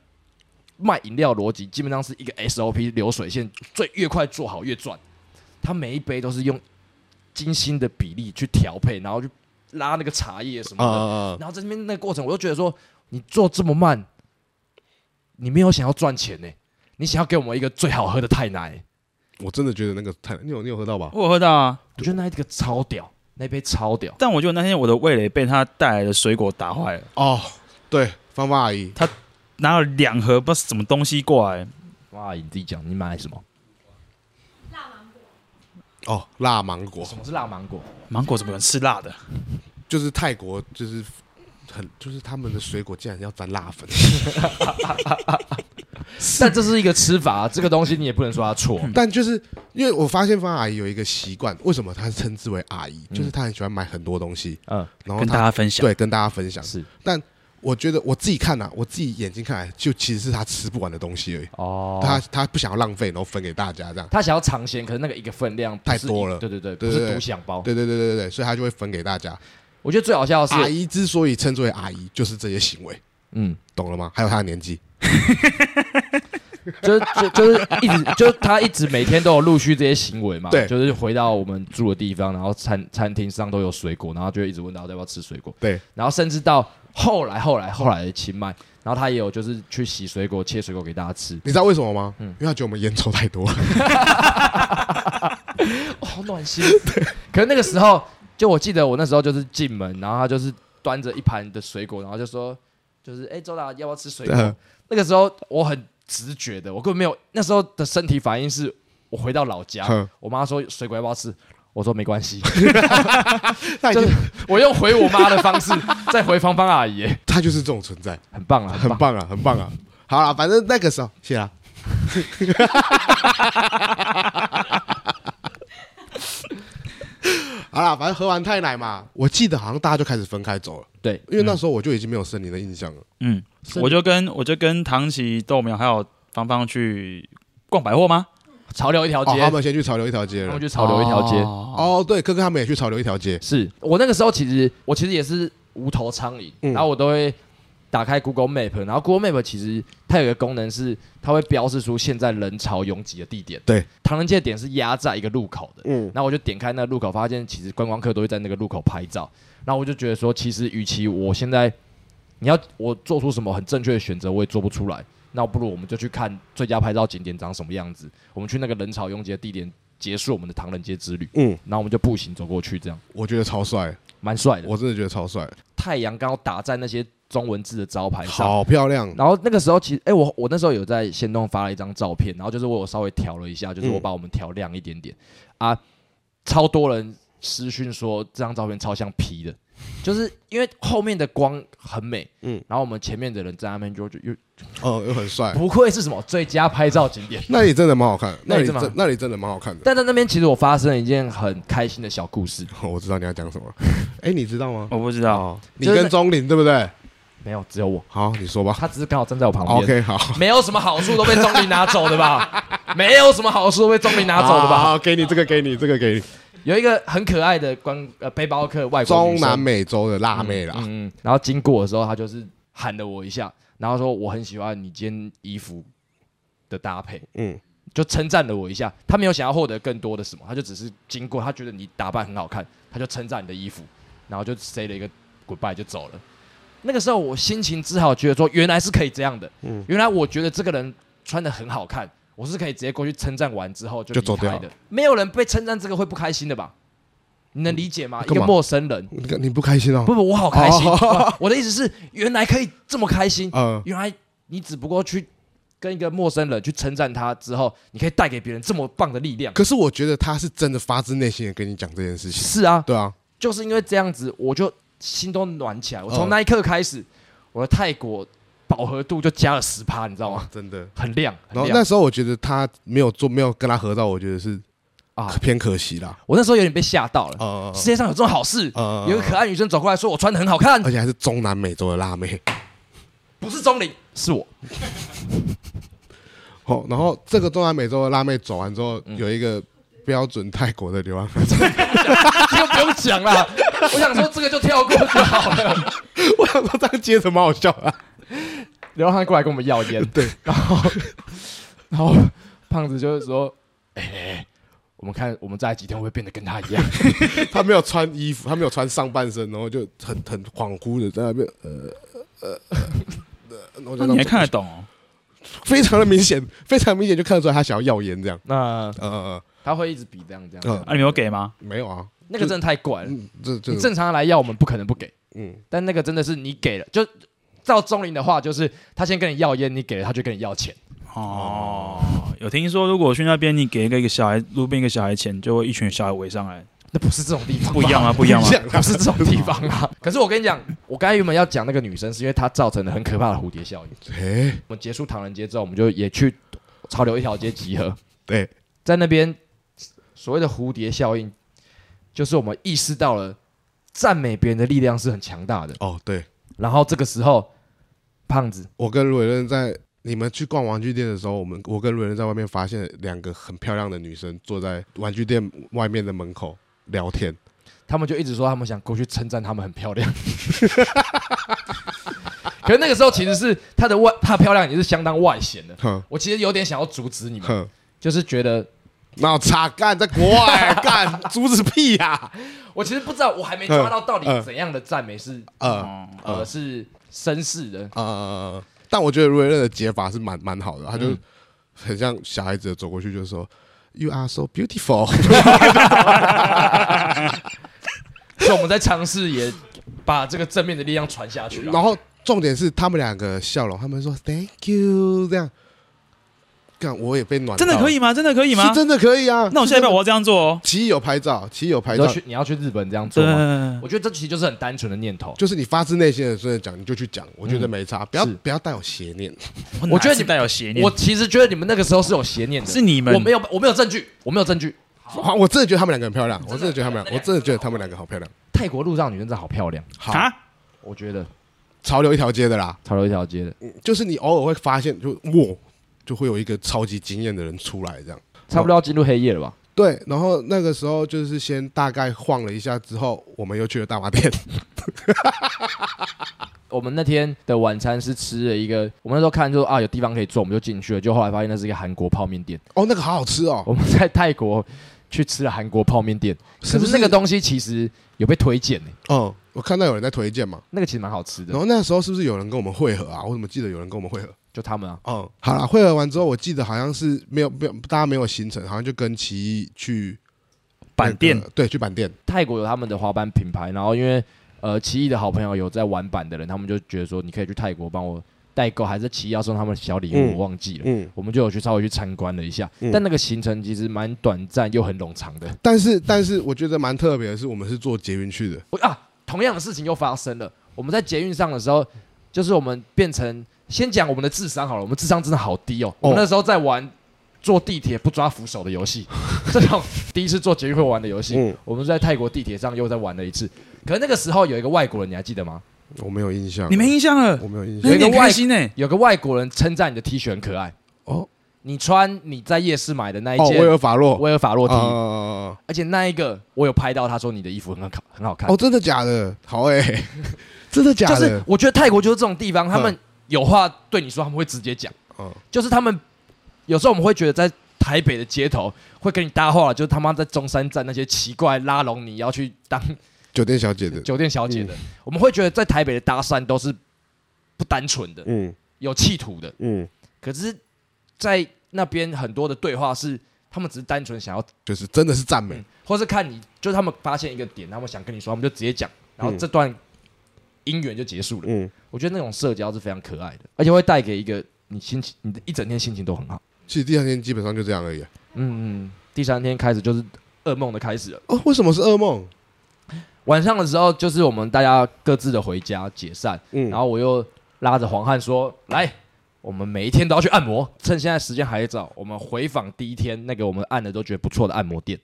Speaker 1: 卖饮料逻辑，基本上是一个 SOP 流水线，最越快做好越赚。他每一杯都是用精心的比例去调配，然后去拉那个茶叶什么
Speaker 2: 啊
Speaker 1: 的，
Speaker 2: 啊啊，
Speaker 1: 然后在那边那个过程，我就觉得说，你做这么慢，你没有想要赚钱呢、你想要给我们一个最好喝的泰奶，
Speaker 2: 我真的觉得那个泰奶，你有你有喝到吧？
Speaker 3: 我有喝到啊，
Speaker 1: 我觉得那一个超屌，那杯超屌。
Speaker 3: 但我觉得那天我的味蕾被他带来的水果打坏了，
Speaker 2: 哦，对，芳芳阿姨，
Speaker 3: 拿了两盒不知道是什么东西过来，
Speaker 1: 哇，你自己讲，你买什么？
Speaker 2: 哦，辣芒果
Speaker 1: 什么是辣芒果？
Speaker 3: 芒果怎么能吃辣的？
Speaker 2: 就是泰国，就是很就是他们的水果竟然要沾辣粉，
Speaker 1: 但这是一个吃法、啊这个东西你也不能说它错。
Speaker 3: 嗯
Speaker 2: 但就是因为我发现芳芳阿姨有一个习惯，为什么她称之为阿姨？就是她很喜欢买很多东西，
Speaker 1: 嗯，
Speaker 2: 然后
Speaker 3: 嗯跟大
Speaker 2: 她
Speaker 3: 家分享。
Speaker 2: 哦对跟大家分享。
Speaker 1: 是
Speaker 2: 我觉得我自己看啊，我自己眼睛看来，就其实是她吃不完的东西而已。
Speaker 1: 哦。
Speaker 2: 她她不想要浪费，然后分给大家这样。
Speaker 1: 他想要尝鲜，可是那个一个分量不是
Speaker 2: 太多了
Speaker 1: 一对对对，
Speaker 2: 对
Speaker 1: 不
Speaker 2: 对
Speaker 1: 是
Speaker 2: 对
Speaker 1: 独享
Speaker 3: 哦
Speaker 1: 包。
Speaker 2: 对对对对对对，所以她就会分给大家。
Speaker 1: 我觉得最好笑的
Speaker 2: 阿
Speaker 1: 是，
Speaker 2: 姨之所以称之为阿姨，就是这些行为，
Speaker 1: 嗯，
Speaker 2: 懂了吗？还有她的年纪。
Speaker 1: 就是就就是一直就是他一直每天都有陆续这些行为嘛，
Speaker 2: 对
Speaker 1: 就是回到我们住的地方，然后餐餐厅上都有水果，然后就会一直问到要不要吃水果，
Speaker 2: 对，
Speaker 1: 然后甚至到后来后来后来的清迈，然后他也有就是去洗水果切水果给大家吃，
Speaker 2: 你知道为什么吗？
Speaker 3: 嗯
Speaker 2: 因为她觉得我们烟抽太多。
Speaker 1: 哦 好暖心。可是那个时候，就我记得我那时候就是进门，然后他就是端着一盘的水果，然后就说就是哎、周达要不要吃水果？
Speaker 2: 对啊
Speaker 1: 那个时候我很直觉的，我根本没有那时候的身体反应是，我回到老家
Speaker 2: 哼，
Speaker 1: 我妈说水果要不要吃，我说没关系，
Speaker 2: 她已
Speaker 1: 就
Speaker 2: 经
Speaker 1: 是我用回我妈的方式再回芳芳阿姨，哎
Speaker 2: 她就是这种存在。
Speaker 1: 很棒啊，
Speaker 2: 很
Speaker 1: 棒。
Speaker 2: 棒啊，很棒啊。好了，反正那个时候，谢啦。 好啦，反正喝完太奶嘛，我记得好像大家就开始分开走了，
Speaker 1: 对，
Speaker 2: 因为那时候我就已经没有森林的印象了。
Speaker 3: 嗯，
Speaker 1: 是
Speaker 3: 我就跟我就跟唐琪、豆苗还有芳芳去逛百货吗？
Speaker 1: 嗯潮流一条
Speaker 2: 哦，
Speaker 1: 街，
Speaker 2: 他们先去潮流一条街
Speaker 1: 他
Speaker 2: 了
Speaker 1: 们。去潮流一条街，
Speaker 3: 哦，
Speaker 2: 哦，对，哥哥他们也去潮流一条街。
Speaker 1: 是我那个时候其实我其实也是无头苍蝇，
Speaker 2: 嗯
Speaker 1: 然后我都会打开 Google Map，然后 Google Map 其实它有一个功能是它会标示出现在人潮拥挤的地点。
Speaker 2: 对，
Speaker 1: 唐人街的点是压在一个路口的，
Speaker 2: 嗯，
Speaker 1: 然后我就点开那个路口，发现其实观光客都会在那个路口拍照，然后我就觉得说，其实与其我现在你要我做出什么很正确的选择，我也做不出来，那不如我们就去看最佳拍照景点长什么样子，我们去那个人潮拥挤的地点结束我们的唐人街之旅，
Speaker 2: 嗯，
Speaker 1: 然后我们就步行走过去，这样
Speaker 2: 我觉得超帅，
Speaker 1: 蛮帅的。
Speaker 2: 我真的觉得超帅，
Speaker 1: 太阳刚好打在那些中文字的招牌上。
Speaker 2: 好漂亮。
Speaker 1: 然后那个时候，其实，哎、我我那时候有在线动发了一张照片，然后就是我有稍微调了一下，
Speaker 2: 嗯
Speaker 1: 就是我把我们调亮一点点、啊，超多人私讯说这张照片超像 P 的，就是因为后面的光很美，嗯
Speaker 2: 嗯，
Speaker 1: 然后我们前面的人在那边就就又
Speaker 2: 哦，又很帅。
Speaker 1: 不愧是什么最佳拍照景点。
Speaker 2: 那里真的蛮好看，
Speaker 1: 那
Speaker 2: 那
Speaker 1: 里
Speaker 2: 里
Speaker 1: 真的
Speaker 2: 真那里真的蛮好看的。
Speaker 1: 但在那边，其实我发生了一件很开心的小故事，
Speaker 2: 我知道你要讲什 么。哎，你知道吗？
Speaker 3: 我不知道，
Speaker 2: 哦，你
Speaker 1: 就是
Speaker 2: 跟钟林对不对？
Speaker 1: 没有，只有我，
Speaker 2: 好，你说吧。
Speaker 1: 他只是刚好站在我旁边
Speaker 2: OK，好，
Speaker 1: 没有什么好处都被钟离拿走的吧？没有什么好处都被钟离拿走的吧？
Speaker 2: 好，给你这个，给你这个，给你
Speaker 1: 有一个很可爱的观呃背包客外国女
Speaker 2: 中
Speaker 1: 生
Speaker 2: 南美洲的辣妹啦，
Speaker 1: 嗯，嗯然后经过的时候，她就是喊了我一下，然后说我很喜欢你今天衣服的搭配，
Speaker 2: 嗯，
Speaker 1: 就称赞了我一下。她没有想要获得更多的什么，她就只是经过，她觉得你打扮很好看，她就称赞你的衣服，然后就 say 了一个 goodbye 就走了。那个时候我心情只好觉得说，原来是可以这样的，
Speaker 2: 嗯
Speaker 1: 原来我觉得这个人穿的很好看，我是可以直接过去称赞完之后就
Speaker 2: 就走
Speaker 1: 离开
Speaker 2: 掉
Speaker 1: 的。没有人被称赞这个会不开心的吧？你能理解吗？一
Speaker 2: 嗯干
Speaker 1: 个
Speaker 2: 嘛
Speaker 1: 陌生人，
Speaker 2: 你你不开心哦？
Speaker 1: 不不，我好开心。
Speaker 2: 哦
Speaker 1: 我的意思是，原来可以这么开心，
Speaker 2: 呃，
Speaker 1: 原来你只不过去跟一个陌生人去称赞他之后，你可以带给别人这么棒的力量。
Speaker 2: 可是我觉得他是真的发自内心的跟你讲这件事情，
Speaker 1: 是啊，
Speaker 2: 对啊，
Speaker 1: 就是因为这样子，我就心都暖起来。我从
Speaker 2: 嗯
Speaker 1: 那一刻开始，我的泰国饱和度就加了十趴，你知道吗？
Speaker 2: 真的。
Speaker 1: 很亮，
Speaker 2: 然
Speaker 1: 很
Speaker 2: 哦后那
Speaker 1: 亮
Speaker 2: 时候我觉得他没有做，没有跟他合照，我觉得是
Speaker 1: 啊！
Speaker 2: 偏可惜啦。
Speaker 1: 我那时候有点被吓到了，
Speaker 2: 呃
Speaker 1: 世界上有这种好事。
Speaker 2: 呃
Speaker 1: 有一个可爱女生走过来说：“我穿的很好看，
Speaker 2: 而且还是中南美洲的辣妹。
Speaker 1: 不是钟林，是我。
Speaker 2: 哦，然后这个中南美洲的辣妹走完之后，
Speaker 1: 嗯
Speaker 2: 有一个标准泰国的流浪汉。”
Speaker 1: 这个不用讲啦，我想说这个就跳过就好 了。
Speaker 2: 我想说这样接着蛮好笑的、
Speaker 1: 流浪汉过来跟我们要烟，
Speaker 2: 对，
Speaker 1: 然后然后胖子就是说：“哎、我们看我们再来几天会不会变得跟他一样
Speaker 2: 他没有穿衣服，他没有穿上半身，然后就很很恍惚的在那边，呃呃呃，呃然后就
Speaker 3: 那
Speaker 2: 这样
Speaker 3: 你还看得懂哦？
Speaker 2: 非常的明显， 非常明显就看得出来他想要耀眼这样。？”
Speaker 1: 那
Speaker 2: 呃呃，
Speaker 1: 他会一直比这样这样，
Speaker 2: 嗯
Speaker 3: 啊，你们有给吗？
Speaker 2: 没有啊，
Speaker 1: 那个真的太怪了。
Speaker 2: 嗯，这这
Speaker 1: 你正常来要，我们不可能不给，
Speaker 2: 嗯，
Speaker 1: 但那个真的是你给了，就照钟林的话，就是他先跟你要烟，你给了他就跟你要钱。
Speaker 3: 哦，有听说，如果去那边，你给一个一个小孩路边一个小孩钱，就会一群小孩围上来，
Speaker 1: 那不是这种地方吧，
Speaker 3: 不一样啊，不一样啊。
Speaker 2: 像
Speaker 1: 不是这种地方啊。 可是我跟你讲，我刚才原本要讲那个女生，是因为她造成了很可怕的蝴蝶效应。
Speaker 2: 哎，
Speaker 1: 我们结束唐人街之后，我们就也去潮流一条街集合，
Speaker 2: 对，
Speaker 1: 在那边所谓的蝴蝶效应，就是我们意识到了赞美别人的力量是很强大的。
Speaker 2: 哦，对
Speaker 1: 然后这个时候，胖子
Speaker 2: 我跟卢伟任在你们去逛玩具店的时候，我们我跟卢伟任在外面发现两个很漂亮的女生坐在玩具店外面的门口聊天，
Speaker 1: 他们就一直说他们想过去称赞他们很漂亮。 可是那个时候其实是她的外，她的漂亮也是相当外显的。
Speaker 2: 哼
Speaker 1: 我其实有点想要阻止你们，
Speaker 2: 哼，
Speaker 1: 就是觉得
Speaker 2: 那我擦干在国外 干阻止屁啊呀、
Speaker 1: 我其实不知道，我还没抓到到底怎样的赞美是
Speaker 2: 呃
Speaker 3: 哦，
Speaker 1: 呃
Speaker 2: 呃
Speaker 1: 是绅士的，
Speaker 2: 呃，但我觉得卢伟任的解法是蛮蛮好的，他就
Speaker 1: 嗯
Speaker 2: 很像小孩子走过去就说。You are so beautiful 。
Speaker 1: 所以我们在尝试也把这个正面的力量传下去啊
Speaker 2: 然
Speaker 1: 了。
Speaker 2: 后重点是他们两个笑容，他们说 Thank you 这样，干我也被暖到，
Speaker 3: 真的可以吗？真的可以吗
Speaker 2: 是？真的可以啊。
Speaker 3: 那我下一
Speaker 2: 在
Speaker 3: 拜我要这样做哦。
Speaker 2: 奇艺有拍照，奇艺有拍
Speaker 1: 你要
Speaker 2: 照，
Speaker 1: 去你要去日本这样做
Speaker 3: 对，
Speaker 1: 吗？我觉得这其实就是很单纯的念头。
Speaker 2: 就是你发自内心的真的讲，你就去讲，我觉得没差，不要
Speaker 1: 是
Speaker 2: 不要带有邪念。
Speaker 1: 我觉得你
Speaker 3: 你带有邪念，
Speaker 1: 我其实觉得你们那个时候是有邪念的，
Speaker 3: 是你们
Speaker 1: 我没有我没有证据，我没有证据。
Speaker 2: 哇我真的觉得他们两个很漂亮，我真的觉得他们
Speaker 1: 真
Speaker 2: 俩，
Speaker 1: 的
Speaker 2: 我真的觉得他们两个好漂亮。
Speaker 1: 泰国路上女生真的好漂亮，
Speaker 2: 好，
Speaker 3: 啊，
Speaker 1: 我觉得
Speaker 2: 潮流一条街的啦，
Speaker 1: 潮流一条街的，
Speaker 3: 哦
Speaker 2: 就是你偶尔会发现，就哇，就会有一个超级惊艳的人出来这样。
Speaker 1: 差不多要进入黑夜了吧？
Speaker 2: 对，然后那个时候就是先大概晃了一下之后，我们又去了大麻店。
Speaker 1: 我们那天的晚餐是吃了一个，我们那时候看就啊有地方可以坐，我们就进去了，就后来发现那是一个韩国泡面店。
Speaker 2: 哦，那个好好吃哦，
Speaker 1: 我们在泰国去吃了韩国泡面店，
Speaker 2: 是
Speaker 1: 可
Speaker 2: 不
Speaker 1: 是
Speaker 2: 是
Speaker 1: 那个东西其实有被推荐呢、
Speaker 2: 嗯，我看到有人在推荐嘛，
Speaker 1: 那个其实蛮好吃的
Speaker 2: 然。后那时候是不是有人跟我们会合啊？我怎么记得有人跟我们会合？
Speaker 1: 就他们啊，
Speaker 2: 嗯，好啦，会合完之后，我记得好像是没有没有大家没有行程，好像就跟奇艺去那个
Speaker 3: 板店
Speaker 2: 对，去板店。
Speaker 1: 泰国有他们的滑板品牌，然后因为呃奇异的好朋友有在玩板的人，他们就觉得说你可以去泰国帮我代购，还是奇异要送他们小礼物，
Speaker 2: 嗯
Speaker 1: 我忘记了。
Speaker 2: 嗯，
Speaker 1: 我们就有去稍微去参观了一下，
Speaker 2: 嗯
Speaker 1: 但那个行程其实蛮短暂又很冗长的。
Speaker 2: 但是但是我觉得蛮特别的是，我们是坐捷运去的。
Speaker 1: 我啊，同样的事情又发生了。我们在捷运上的时候，就是我们变成先讲我们的智商好了，我们智商真的好低哦。我们那时候在玩坐地铁不抓扶手的游 戏，这种第一次坐捷运会玩的游戏，
Speaker 2: 嗯
Speaker 1: 我们在泰国地铁上又在玩了一次。可是那个时候有一个外国人，你还记得吗？
Speaker 2: 我没有印象，
Speaker 3: 你没印象了
Speaker 2: 我，没有印
Speaker 3: 那
Speaker 2: 象
Speaker 1: 有
Speaker 3: 有
Speaker 1: 一个
Speaker 3: 点
Speaker 1: 外
Speaker 3: 开心呢。
Speaker 1: 有个外国人称赞你的 T 恤很可爱，
Speaker 2: 哦
Speaker 1: 你穿你在夜市买的那一
Speaker 2: 哦，
Speaker 1: 件
Speaker 2: 威尔法洛，
Speaker 1: 威尔法洛 T，、
Speaker 2: 哦
Speaker 1: 而且那一个我有拍到，他说你的衣服很好看，很好看。
Speaker 2: 哦，真的假的？好哎、真的假
Speaker 1: 就
Speaker 2: 的？
Speaker 1: 是我觉得泰国就是这种地方，他们
Speaker 2: 嗯
Speaker 1: 有话对你说，他们会直接讲。
Speaker 2: 嗯
Speaker 1: 就是他们有时候我们会觉得在台北的街头会跟你搭话，就是他妈在中山站那些奇怪拉拢你要去当
Speaker 2: 酒店小姐的，
Speaker 1: 酒店小姐
Speaker 2: 嗯
Speaker 1: 的，我们会觉得在台北的搭讪都是不单纯的，
Speaker 2: 嗯
Speaker 1: 有企图的。
Speaker 2: 嗯，
Speaker 1: 可是，在那边很多的对话是他们只是单纯想要，
Speaker 2: 就是真的是赞美
Speaker 1: 嗯，或是看你，就是他们发现一个点，他们想跟你说，他们就直接讲，然后
Speaker 2: 嗯
Speaker 1: 这段姻缘就结束了。
Speaker 2: 嗯，
Speaker 1: 我觉得那种社交是非常可爱的，而且会带给一个你心情，你的一整天心情都很好。
Speaker 2: 其实第三天基本上就这样而已。啊
Speaker 1: 嗯，嗯，第三天开始就是噩梦的开始了。
Speaker 2: 哦，为什么是噩梦？
Speaker 1: 晚上的时候，就是我们大家各自的回家解散，
Speaker 2: 嗯
Speaker 1: 然后我又拉着黄汉说：“来，我们每一天都要去按摩，趁现在时间还早，我们回访第一天那个我们按的都觉得不错的按摩店。”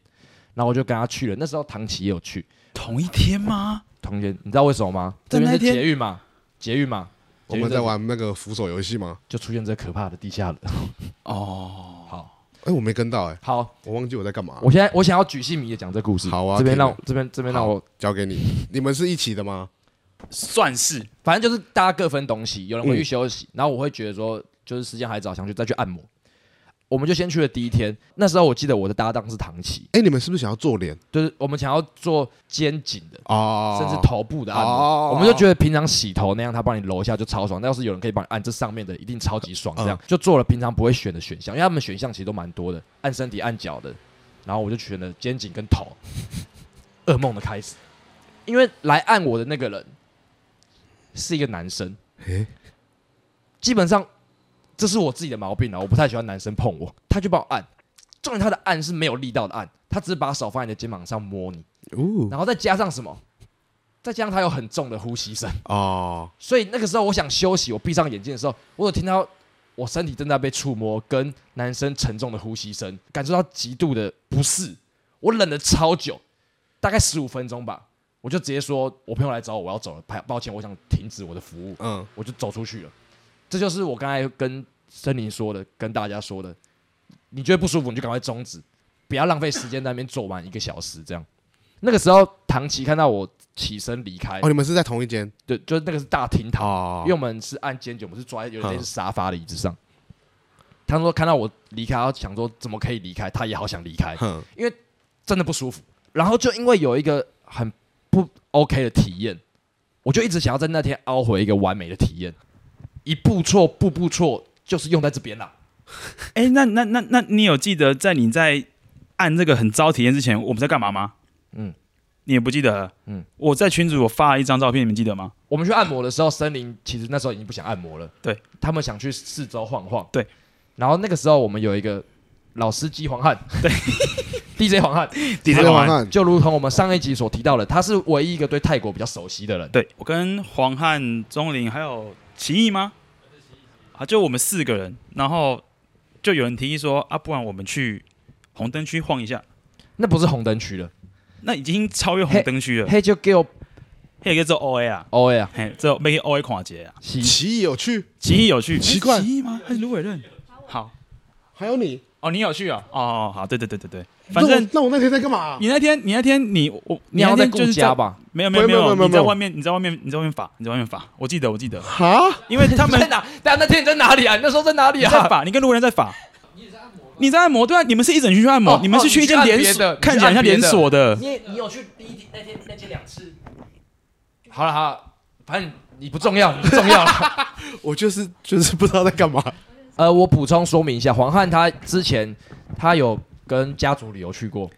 Speaker 1: 然后我就跟他去了，那时候唐琪也有去，
Speaker 3: 同一天吗？
Speaker 1: 同学，你知道为什么吗？这边是
Speaker 3: 在那一天
Speaker 1: 捷运嘛，捷运嘛，
Speaker 2: 我
Speaker 1: 捷运
Speaker 2: 们
Speaker 1: 这
Speaker 2: 在玩那个扶手游戏吗？
Speaker 1: 就出现这可怕的地下人。
Speaker 3: 哦，
Speaker 1: 好，
Speaker 2: 哎，我没跟到，哎，
Speaker 1: 好，
Speaker 2: 我忘记我在干嘛。
Speaker 1: 我现在我想要举细迷的讲这故事。
Speaker 2: 啊好啊
Speaker 1: 这边
Speaker 2: 可以
Speaker 1: 让这边这边让
Speaker 2: 好
Speaker 1: 我，
Speaker 2: 交给你，你们是一起的吗？
Speaker 3: 算是
Speaker 1: 反正就是大家各分东西，有人
Speaker 2: 嗯
Speaker 1: 回去休息，然后我会觉得说，就是时间还早，想去再去按摩。我们就先去了第一天，那时候我记得我的搭档是唐琪，
Speaker 2: 哎，你们是不是想要做脸
Speaker 1: 就是我们想要做肩颈的，
Speaker 2: 哦，
Speaker 1: 甚至头部的按
Speaker 2: 哦
Speaker 1: 摩，我们就觉得平常洗头那样，他帮你揉一下就超爽。但要是有人可以帮你按这上面的，一定超级爽。这样
Speaker 2: 嗯
Speaker 1: 就做了平常不会选的选项，因为他们选项其实都蛮多的，按身体、按脚的。然后我就选了肩颈跟头，噩梦的开始。因为来按我的那个人是一个男生，
Speaker 2: 诶
Speaker 1: 基本上这是我自己的毛病了，我不太喜欢男生碰我，他就帮我按。重点他的按是没有力道的按，他只是把手放在你的肩膀上摸你，
Speaker 2: 哦
Speaker 1: 然后再加上什么？再加上他有很重的呼吸声，
Speaker 2: 哦，
Speaker 1: 所以那个时候我想休息，我闭上眼睛的时候，我有听到我身体正在被触摸，跟男生沉重的呼吸声，感受到极度的不适。我忍了超久，大概十五分钟吧，我就直接说，我朋友来找我，我要走了，抱抱歉，我想停止我的服务，
Speaker 2: 嗯，
Speaker 1: 我就走出去了。这就是我刚才跟森林说的，跟大家说的，你觉得不舒服你就赶快终止，不要浪费时间在那边做完一个小时这样。那个时候，唐琪看到我起身离开，
Speaker 2: 哦，你们是在同一间
Speaker 1: 对，就是那个是大厅堂，
Speaker 2: 哦
Speaker 1: 因为我们是按肩颈，我们是抓在有点类似沙发的椅子上。他说看到我离开，他想说怎么可以离开，他也好想离 开，
Speaker 2: 哼，
Speaker 1: 真的不舒服。然后就因为有一个很不 OK 的体验，我就一直想要在那天凹回一个完美的体验。一步错，步步错，就是用在这边啦。
Speaker 3: 哎，那那那那你有记得在你在按这个很糟体验之前，我们在干嘛吗？
Speaker 1: 嗯
Speaker 3: 嗯，你也不记得了。
Speaker 1: 嗯
Speaker 3: 嗯，我在群组我发了一张照片，你们记得吗？
Speaker 1: 我们去按摩的时候，森林其实那时候已经不想按摩了，
Speaker 3: 对，
Speaker 1: 他们想去四周晃晃，
Speaker 3: 对。
Speaker 1: 然后那个时候我们有一个老司机黄汉， 对，DJ 黄汉，
Speaker 3: 第
Speaker 2: 在
Speaker 3: 三晚。
Speaker 2: 看，
Speaker 1: 就如同我们上一集所提到的，他是唯一一个对泰国比较熟悉的人。
Speaker 3: 对我跟黄汉、钟林还有奇艺吗？啊，就我们四个人，然后就有人提议说啊，不然我们去红灯区晃一下。
Speaker 1: 那不是红灯区了，
Speaker 3: 那已经超越红灯区了，
Speaker 1: 黑就给我
Speaker 3: 嘿，个做 O A 啊，
Speaker 1: O A 啊，
Speaker 3: 嘿，这被 O A 跨节啊，
Speaker 1: 喜
Speaker 2: 奇异有趣，
Speaker 3: 奇艺有去，
Speaker 2: 奇怪
Speaker 3: 诶哎奇艺吗？还是芦苇刃？好，
Speaker 2: 还有你，
Speaker 3: 哦，你有去啊？哦哦，好，对对对对对，反正
Speaker 2: 那我那我那天在干嘛？啊
Speaker 3: 你那天你那天你我你
Speaker 1: 要
Speaker 3: 那
Speaker 1: 在
Speaker 3: 天
Speaker 1: 顾
Speaker 3: 就是
Speaker 1: 家
Speaker 3: 在
Speaker 1: 吧？
Speaker 3: 没有没有
Speaker 2: 没
Speaker 3: 没
Speaker 2: 有没有
Speaker 3: 你
Speaker 2: 没
Speaker 3: 在
Speaker 2: 有
Speaker 3: 外面你在外面你在外面罚你在外面罚，我记得我记得，
Speaker 2: 哈，
Speaker 3: 因为他们
Speaker 1: 在哪？但那天你在哪里啊？你那时候在哪里
Speaker 3: 你在
Speaker 1: 啊？
Speaker 3: 法，你跟路人在法。你在按摩，对啊，你们是一整群去按摩，
Speaker 1: 哦
Speaker 3: 你们是去一间连
Speaker 1: 哦你去按别
Speaker 3: 锁
Speaker 1: 的，
Speaker 3: 看起来很像连锁的。
Speaker 1: 你你有去第一天那天那天两次？好了好了，反正你不重要，你不重要了。
Speaker 2: 我就是就是不知道在干嘛。
Speaker 1: 呃，我补充说明一下，黄汉他之前他有跟家族旅游去过，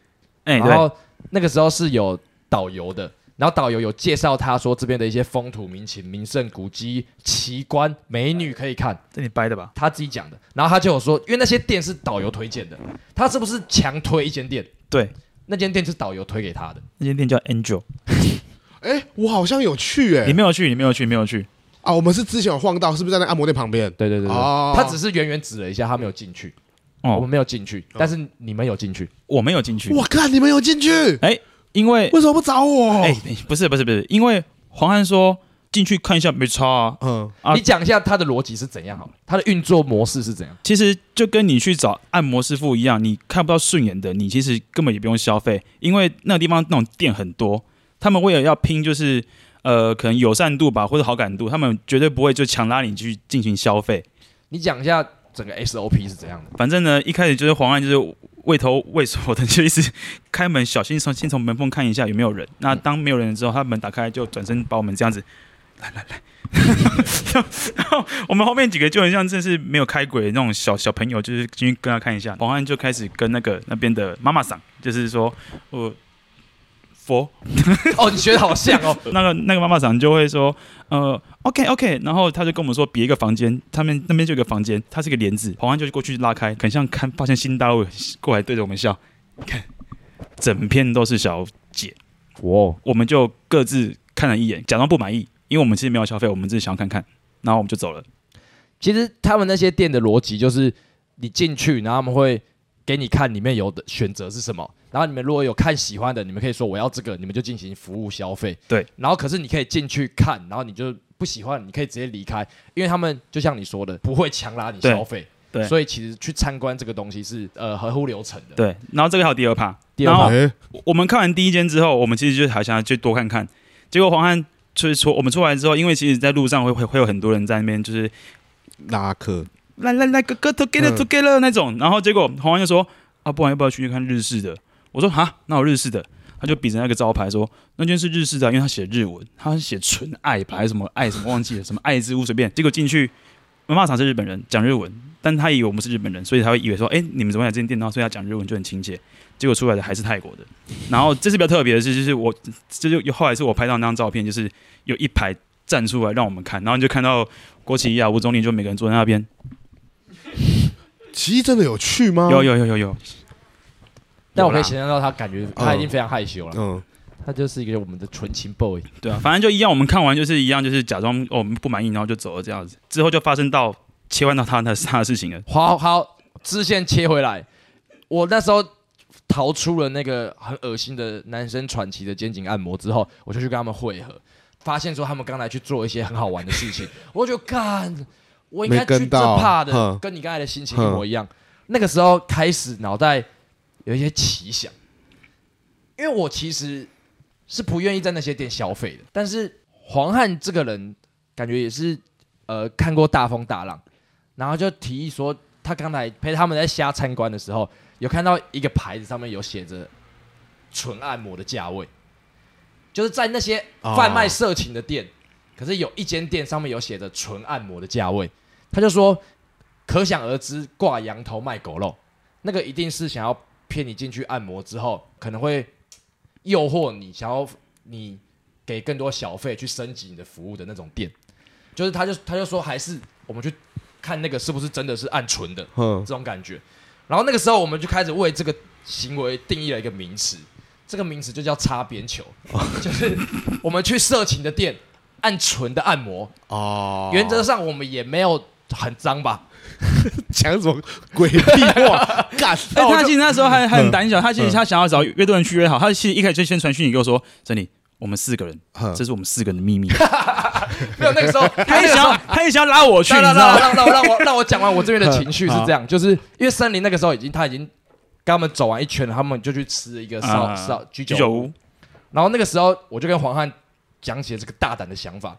Speaker 3: 哎，
Speaker 1: 然
Speaker 3: 对，
Speaker 1: 后那个时候是有导游的，然后导游有介绍他说这边的一些风土民情、名胜古迹、奇观、美女可以看，
Speaker 3: 这你掰的吧？
Speaker 1: 他自己讲的。然后他就有说，因为那些店是导游推荐的，他是不是强推一间店？
Speaker 3: 对，
Speaker 1: 那间店是导游推给他的。
Speaker 3: 那间店叫 Angel，
Speaker 2: 哎，我好像有去
Speaker 3: 你
Speaker 2: 哎
Speaker 3: 没有去，你没有去，你没有去。
Speaker 2: 啊，我们是之前有晃到，是不是在那按摩店旁边？
Speaker 1: 对对对对，
Speaker 2: 哦
Speaker 1: 他只是远远指了一下，他没有进去，我
Speaker 3: 哦
Speaker 1: 们，没有进去，但是你们有进去。
Speaker 3: 我没有进去，
Speaker 2: 我看你们有进去，
Speaker 3: 因为
Speaker 2: 为什么不找我？
Speaker 3: 哎，哎不是不是不是，因为黄汉说进去看一下没差啊。
Speaker 2: 嗯，
Speaker 3: 啊
Speaker 1: 你讲一下他的逻辑是怎样好了，他的运作模式是怎样？
Speaker 3: 其实就跟你去找按摩师傅一样，你看不到顺眼的，你其实根本也不用消费，因为那个地方那种店很多，他们为了要拼就是呃可能友善度吧或者好感度，他们绝对不会就强拉你去进行消费。
Speaker 1: 你讲一下整个 SOP 是怎样的？
Speaker 3: 反正呢，一开始就是黄汉就是畏头畏缩的，就一直开门小心从先从门缝看一下有没有人。那当没有人之后，他门打开就转身把我们这样子，来来来，然后我们后面几个就很像真是没有开鬼的那种小小朋友，就是进去跟他看一下。黄汉就开始跟那个那边的妈妈桑，就是说我佛
Speaker 1: 哦，你学的好像哦，
Speaker 3: 那个那个妈妈长就会说，呃，OK OK，然后他就跟我们说别一个房间，他们那边就有一个房间，它是个帘子，黄安就过去拉开，很像看发现新大陆过来对着我们笑，看整片都是小姐，
Speaker 1: 哇，
Speaker 3: 我们就各自看了一眼，假装不满意，因为我们其实没有消费，我们只是想要看看。然后我们就走了。
Speaker 1: 其实他们那些店的逻辑就是，你进去，然后他们会给你看里面有的选择是什么，然后你们如果有看喜欢的，你们可以说我要这个，你们就进行服务消费。
Speaker 3: 对，
Speaker 1: 然后可是你可以进去看，然后你就不喜欢，你可以直接离开，因为他们就像你说的，不会强拉你
Speaker 3: 对
Speaker 1: 消费。
Speaker 3: 对
Speaker 1: 所以其实去参观这个东西是呃合乎流程的。
Speaker 3: 对，然后这个还有第二趴，
Speaker 1: 第二
Speaker 3: 然
Speaker 1: 趴
Speaker 3: 后
Speaker 2: 哎，
Speaker 3: 我我们看完第一间之后，我们其实就还想要去多看看。结果黄汉就是出我们出来之后，因为其实在路上会会会有很多人在那边就是
Speaker 2: 拉客
Speaker 3: 来来来哥哥 together
Speaker 2: 嗯
Speaker 3: together 那种，然后结果黄汉就说啊，不然要不要去看日式的？我说哈，那有日式的。他就比着那个招牌说：“那间是日式的啊、因为他写日文，他是写纯爱吧，还是什么爱什么忘记了，什么爱之屋随便。”结果进去，妈妈厂是日本人，讲日文，但他以为我们是日本人，所以他会以为说：“哎、你们怎么来这间店？”然后所以他讲日文就很亲切。结果出来的还是泰国的。然后这是比较特别的是，就是我这就后来是我拍到那张照片，就是有一排站出来让我们看，然后你就看到郭启亚、吴宗林就每个人坐在那边，
Speaker 2: 奇艺真的有去吗？
Speaker 3: 有，有有有有，
Speaker 1: 但我可
Speaker 3: 有
Speaker 1: 以
Speaker 3: 啦
Speaker 1: 想象到他感觉他一定非常害羞了，
Speaker 2: 嗯，
Speaker 1: 他就是一个我们的纯情 boy。
Speaker 3: 对啊，反正就一样，我们看完就是一样，就是假装、哦、我们不满意，然后就走了这样子。之后就发生到切换到他的他的事情了。
Speaker 1: 好好，支线切回来，我那时候逃出了那个很恶心的男生传奇的肩颈按摩之后，我就去跟他们会合，发现说他们刚才去做一些很好玩的事情，我就觉得干，我应该
Speaker 2: 没跟
Speaker 1: 去这
Speaker 2: 到
Speaker 1: 怕的
Speaker 2: 哼，
Speaker 1: 跟你刚才的心情一模一样。那个时候开始脑袋有一些奇想，因为我其实是不愿意在那些店消费的，但是黄汉这个人感觉也是呃看过大风大浪，然后就提议说，他刚才陪他们在瞎参观的时候，有看到一个牌子上面有写着纯按摩的价位，就是在那些贩卖色情的店，可是有一间店上面有写着纯按摩的价位，他就说，可想而知挂羊头卖狗肉，那个一定是想要骗你进去按摩之后，可能会诱惑你，想要你给更多小费去升级你的服务的那种店，就是他就他就说还是我们去看那个是不是真的是按纯的
Speaker 2: 哼
Speaker 1: 这种感觉，然后那个时候我们就开始为这个行为定义了一个名词，这个名词就叫擦边球，就是我们去色情的店按纯的按摩，
Speaker 2: 哦，
Speaker 1: 原则上我们也没有很脏吧，
Speaker 2: 讲什么 鬼屁话？干，
Speaker 3: 哎、他其实那时候还还很胆小，他其实他想要找越多人去越好。他其实一开始就先传讯息给我说：“珍妮，我们四个人，
Speaker 2: 哼
Speaker 3: 这是我们四个人的秘密。
Speaker 1: 没有那个时候，”
Speaker 3: 他
Speaker 1: 他
Speaker 3: 也
Speaker 1: 那个
Speaker 3: 想
Speaker 1: 时候
Speaker 3: 要， 他也想要拉啊我去，你
Speaker 1: 让让
Speaker 3: 知
Speaker 1: 让
Speaker 3: 道吗？
Speaker 1: 让让让我让我讲完我这边的情绪是 这样，就是因为森林那个时候已经他已经跟他们走完一圈了，他们就去吃了一个烧
Speaker 3: 啊
Speaker 1: 烧居
Speaker 3: 居
Speaker 1: 酒
Speaker 3: 酒
Speaker 1: 屋，
Speaker 3: 屋，
Speaker 1: 然后那个时候我就跟黄汉讲起了这个大胆的想法，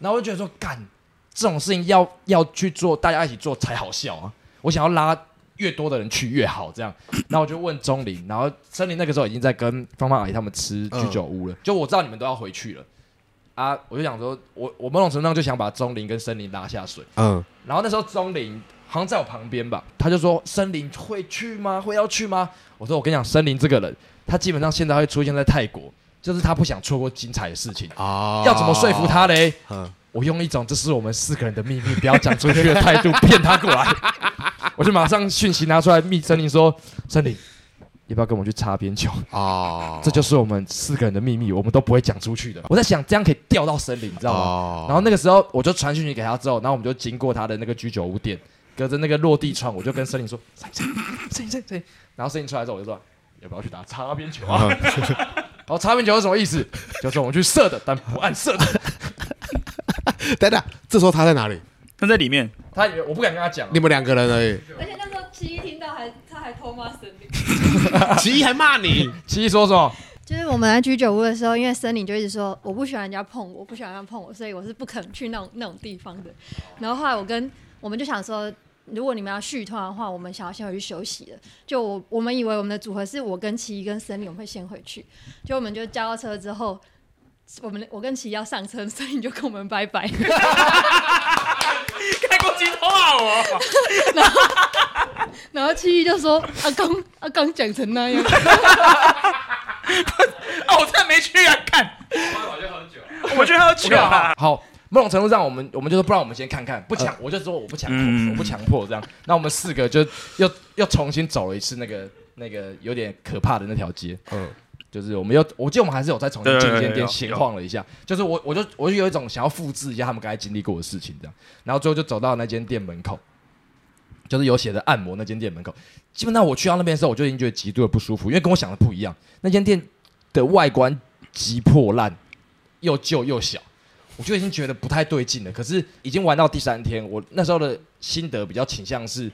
Speaker 1: 然后我就觉得说干这种事情要要去做，大家一起做才好笑啊！我想要拉越多的人去越好，这样。然后我就问钟林，然后森林那个时候已经在跟芳芳阿姨他们吃居酒屋了，就我知道你们都要回去了啊，我就想说，我我某种程度上就想把钟林跟森林拉下水。
Speaker 2: 嗯，
Speaker 1: 然后那时候钟林好像在我旁边吧，他就说：“森林会去吗？会要去吗？”我说：“我跟你讲，森林这个人，他基本上现在会出现在泰国，就是他不想错过精彩的事情。
Speaker 2: 哦，
Speaker 1: 要怎么说服？他嘞？
Speaker 2: 嗯，
Speaker 1: 我用一种这是我们四个人的秘密，不要讲出去的态度骗他过来。 我就马上讯息拿出来密森林说：森林，要不要跟我们去擦边球？
Speaker 2: 哦，
Speaker 1: 这就是我们四个人的秘密，我们都不会讲出去的。我在想，这样可以钓到森林，你知道吗？
Speaker 2: 哦
Speaker 1: 然后那个时候我就传讯息给他之后，然后我们就经过他的那个居酒屋店，隔着那个落地窗，我就跟森林说：“森林，森林，森林森林。”
Speaker 2: 哦
Speaker 1: 然后森林出来之后，我就说：“哎要不要去打擦边球啊？”然后擦边球是什么意思？就是我们去射的，但不按射的。
Speaker 2: 等等，这时候他在哪里？
Speaker 3: 他在里面，
Speaker 1: 他以为我不敢跟他讲啊，
Speaker 2: 你们两个人而已，
Speaker 4: 而且那时候七一听到还他还偷骂森林，
Speaker 2: 奇艺还骂你，
Speaker 1: 奇艺说什么？
Speaker 4: 就是我们在居酒屋的时候，因为森林就一直说我不喜欢人家碰我，我不喜欢人家碰我，所以我是不肯去那种那种地方的。然后后来我跟我们就想说，如果你们要续团的话，我们想要先回去休息了。就我我们以为我们的组合是我跟奇一跟森林，我们会先回去。就我们就叫到车之后，我们我跟奇一要上车，森林就跟我们拜拜。
Speaker 3: 开过机头啊我。
Speaker 4: 然后七一就说阿刚阿刚讲成那样，
Speaker 3: 啊，我真的没去啊！看，我去喝酒，我去喝酒啊！
Speaker 1: 好，某种程度上，我们我们就说，不然我们先看看，不强，我就说我不强迫，
Speaker 3: 嗯
Speaker 1: 我不强迫这样。那我们四个就又又重新走了一次那个那个有点可怕的那条街。
Speaker 2: 嗯，
Speaker 1: 就是我们又，我记得我们还是有再重新
Speaker 3: 对
Speaker 1: 进
Speaker 3: 对
Speaker 1: 间
Speaker 3: 对
Speaker 1: 店
Speaker 3: 有
Speaker 1: 闲
Speaker 3: 有
Speaker 1: 晃了一下，就是我我就我就有一种想要复制一下他们刚才经历过的事情这样，然后最后就走到那间店门口，就是有写的按摩那间店门口，基本上我去到那边的时候，我就已经觉得极度的不舒服，因为跟我想的不一样，那间店的外观极破烂，又旧又小。我就已经觉得不太对劲了，可是已经玩到第三天，我那时候的心得比较倾向是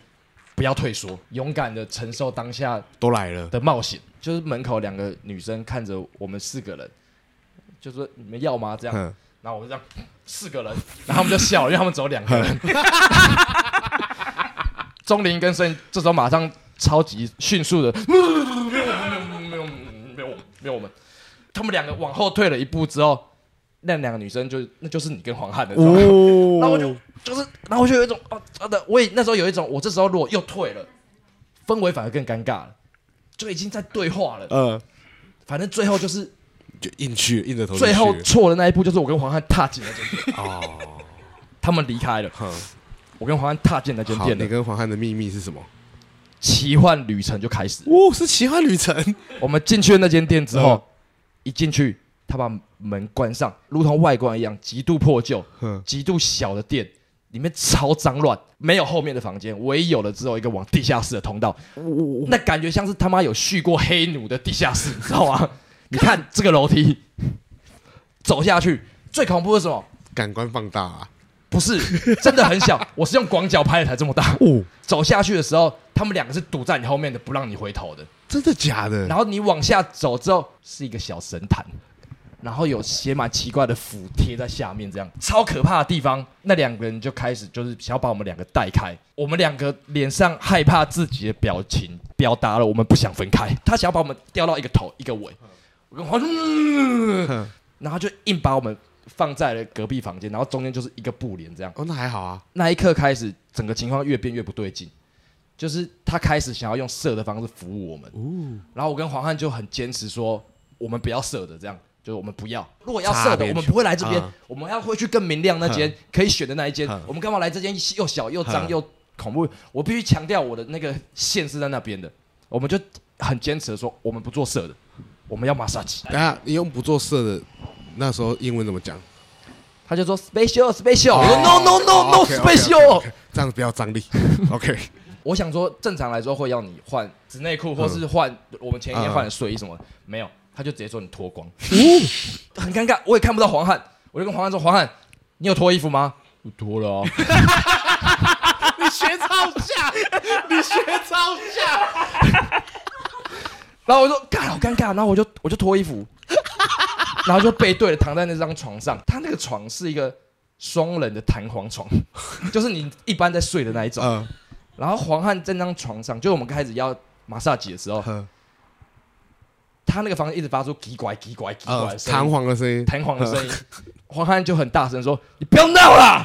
Speaker 1: 不要退缩，勇敢的承受当下
Speaker 2: 都来了，
Speaker 1: 的冒险，就是门口两个女生看着我们四个人，就说你们要吗？这样，
Speaker 2: 嗯，
Speaker 1: 然后我就这样四个人，然后他们就笑了，因为他们只有两个人。钟林跟孙这时候马上超级迅速的，没有没有没有没有我们，他们两个往后退了一步之后，那两个女生就那就是你跟黄汉的状态。然
Speaker 2: 哦
Speaker 1: 后我就就是，然后我就有一种哦，真的，我也那时候有一种，我这时候如果又退了，氛围反而更尴尬了，就已经在对话了。
Speaker 2: 呃，
Speaker 1: 反正最后就是
Speaker 2: 就硬去，硬着头进去，
Speaker 1: 最后错的那一步，就是我跟黄汉踏进那间店，
Speaker 2: 哦，
Speaker 1: 他们离开了，
Speaker 2: 哼，
Speaker 1: 我跟黄汉踏进那间
Speaker 2: 好，
Speaker 1: 店
Speaker 2: 你
Speaker 1: 了，
Speaker 2: 跟黄汉的秘密是什么？
Speaker 1: 奇幻旅程就开始。
Speaker 2: 哦，是奇幻旅程，
Speaker 1: 我们进去那间店之
Speaker 2: 嗯
Speaker 1: 后，一进去，他把门关上，如同外观一样，极度破旧
Speaker 2: 嗯，
Speaker 1: 极度小的店，里面超脏乱，没有后面的房间，唯一有的只有一个往地下室的通道，那感觉像是他妈有续过黑奴的地下室，你知道吗？你看这个楼梯走下去，最恐怖的是什么？
Speaker 2: 感官放大啊，
Speaker 1: 不是，真的很小，我是用广角拍的才这么大。
Speaker 2: 哦，
Speaker 1: 走下去的时候，他们两个是堵在你后面的，不让你回头的。
Speaker 2: 真的假的？
Speaker 1: 然后你往下走之后是一个小神坛，然后有写满奇怪的符贴在下面，这样超可怕的地方。那两个人就开始就是想要把我们两个带开，我们两个脸上害怕自己的表情表达了我们不想分开。他想要把我们吊到一个头一个尾，我跟黄嗯，
Speaker 2: 哼
Speaker 1: 然后就硬把我们放在了隔壁房间，然后中间就是一个布帘这样。
Speaker 2: 哦，那还好啊，
Speaker 1: 那一刻开始，整个情况越变越不对劲，就是他开始想要用射的方式服务我们。然后我跟黄汉就很坚持说，我们不要射的，这样就是我们不要。如果要射
Speaker 2: 擦
Speaker 1: 的，
Speaker 2: 边
Speaker 1: 我们
Speaker 2: 球
Speaker 1: 不会来这边
Speaker 2: 嗯，
Speaker 1: 我们要会去更明亮那
Speaker 2: 啊
Speaker 1: 间可以选的那一间
Speaker 2: 嗯。
Speaker 1: 我们干嘛来这间又小又脏
Speaker 2: 嗯
Speaker 1: 又恐怖？我必须强调我的那个线是在那边的，我们就很坚持的说，我们不做射的，我们要马杀鸡。
Speaker 2: 等一下你用不做色的，那时候英文怎么讲？
Speaker 1: 他就说 special special，我
Speaker 2: 哦
Speaker 1: 说 no no no no
Speaker 2: OK，OK，OK，OK，
Speaker 1: special。
Speaker 2: 这样比较张力。OK，
Speaker 1: 我想说，正常来说会要你换纸内裤，或是换我们前一天换的睡衣什么的，没有，他就直接说你脱光，嗯很尴尬，我也看不到黄汉，我就跟黄汉说：“黄汉，你有脱衣服吗？”我脱了啊，啊
Speaker 2: 你学超像，你学超像。
Speaker 1: 然后我就说：“干，好尴尬。”然后我就我就脱衣服，然后就背对着躺在那张床上，他那个床是一个双人的弹簧床，就是你一般在睡的那一种。
Speaker 2: 嗯
Speaker 1: 然后黄汉在那张床上，就是我们开始要马萨吉的时候，
Speaker 2: 哼，
Speaker 1: 他那个房间一直发出叽拐叽拐叽拐
Speaker 2: 呃，
Speaker 1: 的声音
Speaker 2: 弹。簧的声音，
Speaker 1: 弹簧的声音，黄汉就很大声说：“你不要闹啦！”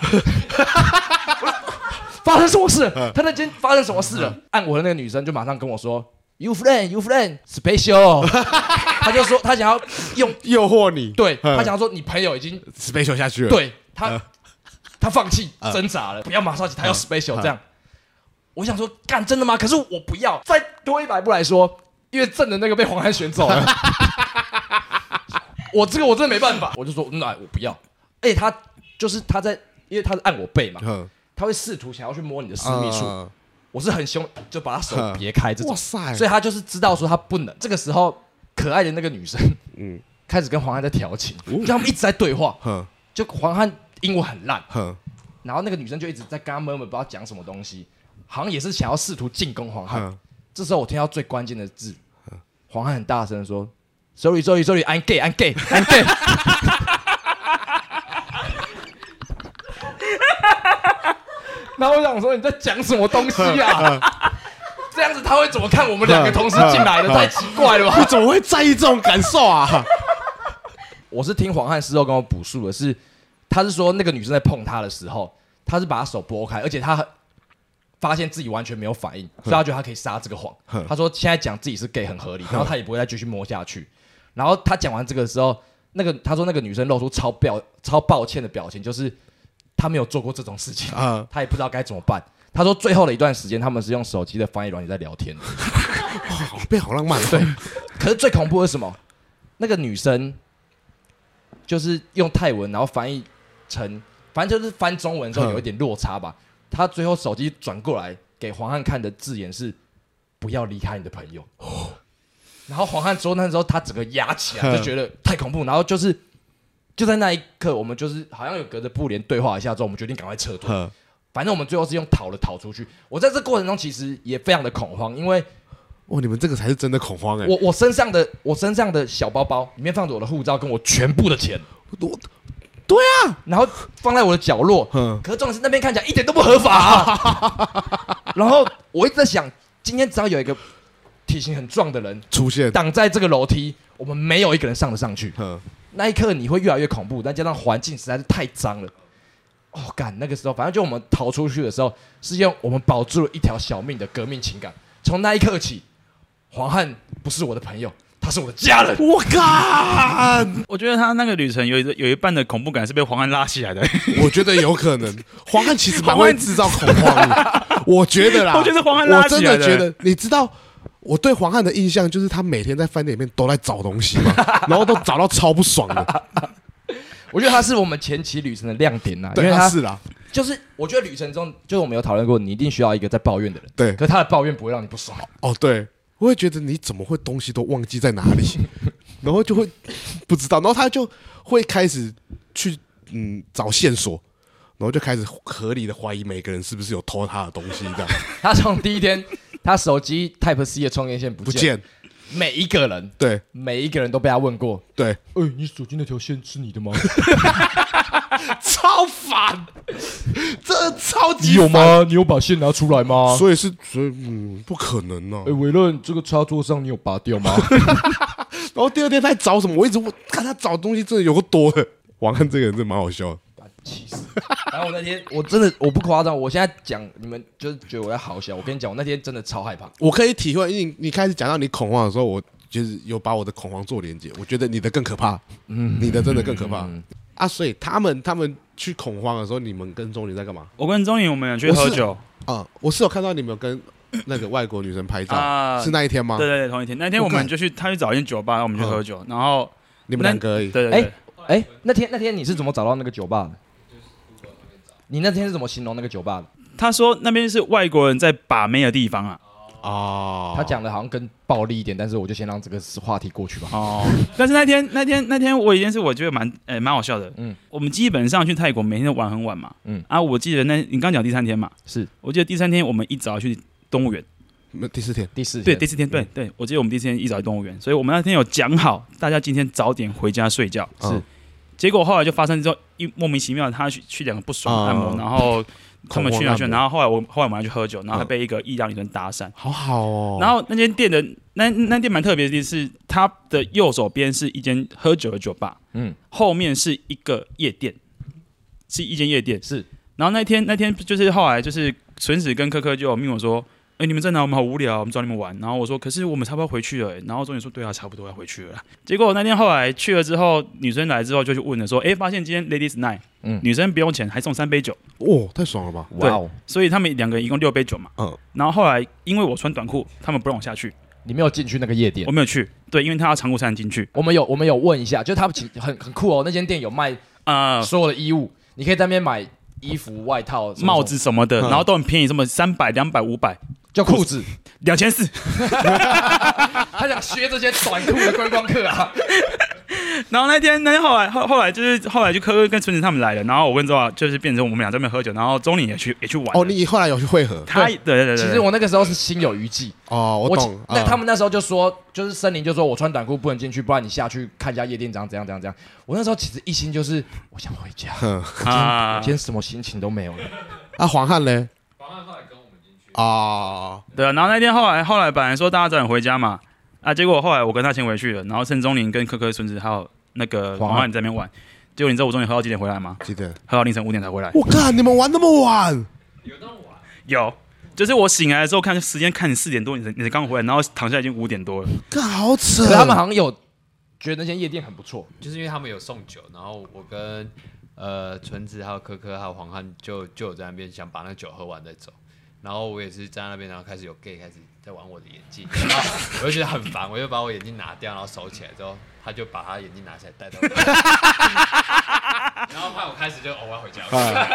Speaker 1: 发生什么事了？他那间发生什么事了？按我的那个女生就马上跟我说：“You friend, you friend, special。” 他就说他想要用，
Speaker 2: 诱惑你。
Speaker 1: 对
Speaker 2: 嗯
Speaker 1: 他想要说你朋友已经
Speaker 2: special 下去了。，
Speaker 1: 对他
Speaker 2: 嗯，
Speaker 1: 他放弃
Speaker 2: 嗯
Speaker 1: 挣扎了，不要马上起，他要 special
Speaker 2: 嗯
Speaker 1: 这样。我想说，干真的吗？可是我不要，再多一百步来说，因为正的那个被黄汉选走了， 我这个我真的没办法，我就说，那、哎我不要。而且他就是他在，因为他是按我背嘛，
Speaker 2: 嗯，
Speaker 1: 他会试图想要去摸你的私密处，
Speaker 2: 嗯
Speaker 1: 我是很凶，就把他手
Speaker 2: 嗯
Speaker 1: 别开这种
Speaker 2: 哇。塞，
Speaker 1: 所以他就是知道说他不能。这个时候，可爱的那个女生，嗯
Speaker 2: 嗯，哦
Speaker 1: 开始跟黄汉在调情，就他们一直在对话，
Speaker 2: 哼
Speaker 1: 就黄汉英文很烂，
Speaker 2: 哼，
Speaker 1: 然后那个女生就一直在跟他闷闷，不知道讲什么东西，好像也是想要试图进攻黄汉。
Speaker 2: 嗯
Speaker 1: 这时候我听到最关键的字，黄汉很大声地说：“Sorry, sorry, sorry, I'm gay, I'm gay, I'm gay。”然后我想说你在讲什么东西啊？这样子他会怎么看我们两个同时进来的？
Speaker 2: 嗯嗯嗯
Speaker 1: 太奇怪了吧
Speaker 2: 你！怎么会在意这种感受啊？
Speaker 1: 我是听黄汉事后跟我补述的是，他是说那个女生在碰他的时候，他是把他手拨开，而且他发现自己完全没有反应，所以他觉得他可以撒这个谎。他说现在讲自己是 gay 很合理，然后他也不会再继续摸下去。然后他讲完这个时候，那个他说那个女生露出超表超抱歉的表情，就是他没有做过这种事情，
Speaker 3: 啊
Speaker 2: 嗯
Speaker 1: 他也不知道该怎么办。他说最后的一段时间，他们是用手机的翻译软件在聊天的。哦
Speaker 2: 啊好变好浪漫，
Speaker 1: 对，可是最恐怖的是什么？那个女生就是用泰文，然后翻译成，反正就是翻中文之后
Speaker 2: 嗯
Speaker 1: 有一点落差吧。她最后手机转过来给黄汉看的字眼是“不要离开你的朋友”。然后黄汉说那时候他整个压起来，
Speaker 2: 嗯
Speaker 1: 就觉得太恐怖。然后就是就在那一刻，我们就是好像有隔着布帘对话一下之后，我们决定赶快撤退。
Speaker 2: 呵，
Speaker 1: 反正我们最后是用逃的逃出去。我在这过程中其实也非常的恐慌，因为
Speaker 2: 哇，你们这个才是真的恐慌 哎、
Speaker 1: 我我身上的我身上的小包包里面放着我的护照跟我全部的钱，
Speaker 2: 我
Speaker 1: 然后放在我的角落。
Speaker 2: 哼，
Speaker 1: 可是重点是那边看起来一点都不合法、啊。 然后我一直在想，今天只要有一个体型很壮的人
Speaker 2: 出现，
Speaker 1: 挡在这个楼梯，我们没有一个人上得上去。
Speaker 2: 哼，
Speaker 1: 那一刻你会越来越恐怖，再加上环境实在是太脏了。哦，干，那个时候，反正就我们逃出去的时候，是用我们保住了一条小命的革命情感。从那一刻起，黄汉不是我的朋友，他是我的家人。
Speaker 2: 我靠，
Speaker 3: 我觉得他那个旅程有一有一半的恐怖感是被黄安拉起来 的，
Speaker 2: 我觉得有可 能，黄汉其实蛮会制造恐慌的，我觉得啦，
Speaker 3: 我觉得黄汉拉
Speaker 2: 我真
Speaker 3: 起
Speaker 2: 的
Speaker 3: 来的
Speaker 2: 觉得，你知道。我对黄汉的印象就是他每天在饭店里面都在找东西 嘛，然后都找到超不爽的。
Speaker 1: 我觉得他是我们前期旅程的亮点啊呐、因为
Speaker 2: 对，他
Speaker 1: 他
Speaker 2: 是啦，
Speaker 1: 就是，我觉得旅程中就是我们有讨论过，你一定需要一个在抱怨的人，
Speaker 2: 对，
Speaker 1: 可是他的抱怨不会让你不爽。
Speaker 2: 哦，对，我会觉得你怎么会东西都忘记在哪 里，然后就会不知道，然后他就会开始去嗯找线索，然后就开始合理的怀疑每个人是不是有偷他的东西， 这样
Speaker 1: 他从第一天，他手机 Type C 的充电线不
Speaker 2: 不
Speaker 1: 见，
Speaker 2: 见，
Speaker 1: 每一个人，
Speaker 2: 对
Speaker 1: 每一个人都被他问过，
Speaker 2: 对，
Speaker 1: 哎、你手机那条线是你的吗？
Speaker 2: 超烦， 这超
Speaker 1: 你
Speaker 2: 级
Speaker 1: 有
Speaker 2: 烦？
Speaker 1: 吗？你有把线拿出来吗？
Speaker 2: 所以是所以嗯不可能呢、
Speaker 1: 哎，伟伦，这个插座上你有拔掉 吗？
Speaker 2: 然后第二天他在找什么，我一直问看他找东西真的有个多的。王翰这个人真的蛮好笑的，
Speaker 1: 气死！然后我那天我真的我不夸张，我现在讲你们就是觉得我在好笑。我跟你讲，我那天真的超害怕。
Speaker 2: 我可以体会，因为你你开始讲到你恐慌的时候，我就是有把我的恐慌做连接，我觉得你的更可怕。
Speaker 1: 嗯，
Speaker 2: 你的真的更可怕、啊！所以他们他们去恐慌的时候，你们跟踪你在干嘛
Speaker 3: 我跟钟颖我们有去喝酒
Speaker 2: 啊？我是有看到你们有跟那个外国女生拍照，
Speaker 3: 啊，
Speaker 2: 是那一天吗？
Speaker 3: 对对对，同一天那天我
Speaker 2: 我
Speaker 3: 们
Speaker 2: 看哦
Speaker 3: 就去他去找一间酒吧，然后我们去喝酒，然后
Speaker 2: 你们两个而已。
Speaker 3: 对对对
Speaker 1: 哎，哎，那天那天你是怎么找到那个酒吧的？你那天是怎么形容那个酒吧的？
Speaker 3: 他说那边是外国人在把妹的地方啊。
Speaker 2: 哦，
Speaker 1: 他讲的好像更暴力一点，但是我就先让这个话题过去吧。
Speaker 3: 哦，但是那天那天那天我有一件事我觉得蛮呃蛮好笑的，
Speaker 1: 嗯
Speaker 3: 嗯，我们基本上去泰国每天都玩很晚嘛，
Speaker 1: 嗯
Speaker 3: 嗯啊，我记得那你刚讲第三天嘛，
Speaker 1: 是
Speaker 3: 我记得第三天我们一早去动物园，
Speaker 2: 那第四天
Speaker 1: 第四
Speaker 3: 对，
Speaker 1: 天
Speaker 3: 第四天，对
Speaker 2: 嗯
Speaker 3: 对，我记得我们第四天一早去动物园，所以我们那天有讲好，大家今天早点回家睡觉。
Speaker 1: 是
Speaker 2: 嗯
Speaker 3: 结果后来就发生之后，一莫名其妙，他去去两个不爽的按摩，
Speaker 2: 嗯
Speaker 3: 然后他们去
Speaker 2: 恐慌按
Speaker 3: 哪
Speaker 2: 摩
Speaker 3: 去，然后后来我后来我们还去喝酒，然后还
Speaker 2: 嗯
Speaker 3: 被一个意大利人搭讪。
Speaker 2: 好好哦。
Speaker 3: 然后那间店的那那店蛮特别的是，它的右手边是一间喝酒的酒吧，
Speaker 1: 嗯
Speaker 3: 嗯，后面是一个夜店，是一间夜店。
Speaker 1: 是
Speaker 3: 然后那天那天就是后来就是纯子跟科科就有命我说，哎、你们在哪？我们好无聊，我们找你们玩。然后我说，可是我们差不多回去了、然后钟宇说，对啊，差不多要回去了啦。结果那天后来去了之后，女生来之后就去问了说，哎、发现今天 Ladies Night，
Speaker 1: 嗯
Speaker 3: 嗯，女生不用钱，还送三杯酒，
Speaker 2: 哦，太爽了吧！
Speaker 1: 哇哦，
Speaker 3: 所以他们两个人一共六杯酒嘛。
Speaker 2: 嗯
Speaker 3: 嗯。然后后来因为我穿短裤，他们不让我下去。
Speaker 1: 你没有进去那个夜店
Speaker 3: 我。没有去，对，因为他要长裤才能进去
Speaker 1: 我们有我们有问一下，就是他们其实很很酷哦，那间店有卖
Speaker 3: 啊、
Speaker 1: 所有的衣物，你可以在那边买衣服、外套、什么
Speaker 3: 帽子什么的，
Speaker 2: 嗯
Speaker 3: 然后都很便宜，什么三百、两百、五百、
Speaker 1: 叫裤子，
Speaker 3: 两千四，
Speaker 1: 他想削这些短裤的观光客啊。
Speaker 3: 然后那天，那天后来后后来就是后来就科科跟纯子他们来了，然后我跟周啊就是变成我们俩在那边喝酒，然后钟林也去也去玩了。
Speaker 2: 哦，你后来有去会合
Speaker 3: 他对对对对，
Speaker 1: 其实我那个时候是心有余悸，
Speaker 2: 哦，我懂。
Speaker 1: 那
Speaker 2: 嗯
Speaker 1: 他们那时候就说，就是森林就说我穿短裤不能进去，不然你下去看一下夜店怎样怎样怎样怎样。我那时候其实一心就是我想回家，
Speaker 2: 哼
Speaker 1: 我
Speaker 3: 啊
Speaker 1: 今，天什么心情都没有了。
Speaker 2: 啊，黄汉嘞？黄汉后
Speaker 3: 对啊，然后那天后来后来本来说大家早点回家嘛，啊，结果后来我跟他先回去了，然后趁钟林跟科科、孙子还有那个
Speaker 1: 黄
Speaker 3: 黄汉在那边玩，结果你知道我钟林喝到几点回来吗？
Speaker 2: 来跟我们进去啊，记得。
Speaker 3: 喝到凌晨五点才回来。
Speaker 2: 我靠，你们玩那么晚？
Speaker 3: 有，就是我醒来的时候看时间，看你四点多，你才你才刚回来，然后躺下已经五点多了。
Speaker 2: 干好扯
Speaker 1: 可！是他们好像有觉得那间夜店很不错，
Speaker 5: 就是因为他们有送酒，然后我跟呃纯子还有科科还有黄汉就就有在那边想把那酒喝完再走，然后我也是站在那边，然后开始有 gay 开始在玩我的眼镜，然后我就觉得很烦，我就把我眼镜拿掉，然后收起来之后，他就把他眼镜拿起来戴到我的， 然后怕我开始就偶尔回家，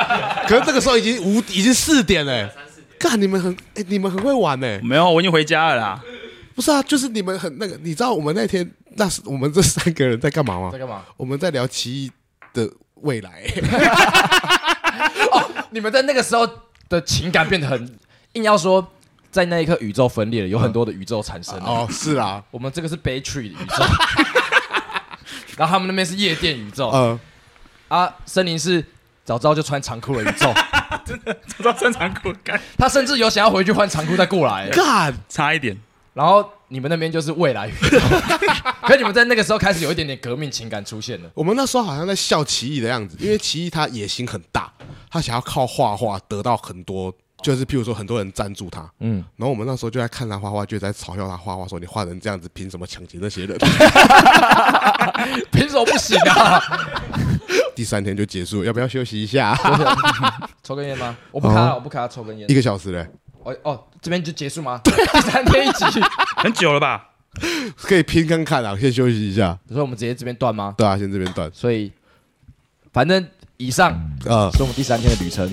Speaker 2: 可是这个时候已经五，已经四点了、欸。
Speaker 5: 三四点，
Speaker 2: 干，你们很，哎、你们很会玩呢、
Speaker 3: 没有，我已经回家了啦。
Speaker 2: 不是啊，就是你们很那个，你知道我们那天那是我们这三个人在干嘛吗
Speaker 1: 在？干嘛？
Speaker 2: 我们在聊奇异的未来、
Speaker 1: 你们在那个时候的情感变得很硬要说，在那一刻宇宙分裂了，有很多的宇宙产生了。
Speaker 2: 哦，是啦，
Speaker 1: 我们这个是 Bay Tree 的宇宙， 然后他们那边是夜店宇宙、
Speaker 2: 呃，
Speaker 1: 啊，森林是早知道就穿长裤的宇宙。
Speaker 3: 走到正常裤干，
Speaker 1: 他甚至有想要回去换长裤再过来，
Speaker 2: 干，
Speaker 3: 差一点。
Speaker 1: 然后你们那边就是未来宇宙，可你们在那个时候开始有一点点革命情感出现了。
Speaker 2: 我们那时候好像在笑奇异的样子，因为奇异他野心很大，他想要靠画画得到很多，就是譬如说很多人赞助他，
Speaker 1: 嗯，
Speaker 2: 然后我们那时候就在看他画画，就在嘲笑他画画，说你画成这样子，凭什么抢劫那些人？
Speaker 1: 凭什么不行啊？
Speaker 2: 第三天就结束了，要不要休息一下？
Speaker 1: 抽根烟吗？我不卡，啊
Speaker 2: 哦
Speaker 1: 我不卡，抽根烟
Speaker 2: 一。个小时嘞，
Speaker 1: 哦哦，这边就结束吗？第三天一集，
Speaker 3: 很久了吧？
Speaker 2: 可以拼看看啊，先休息一下。
Speaker 1: 所以我们直接这边断吗？
Speaker 2: 对啊，先这边断。
Speaker 1: 所以，反正以上
Speaker 2: 呃，
Speaker 1: 是我们第三天的旅程。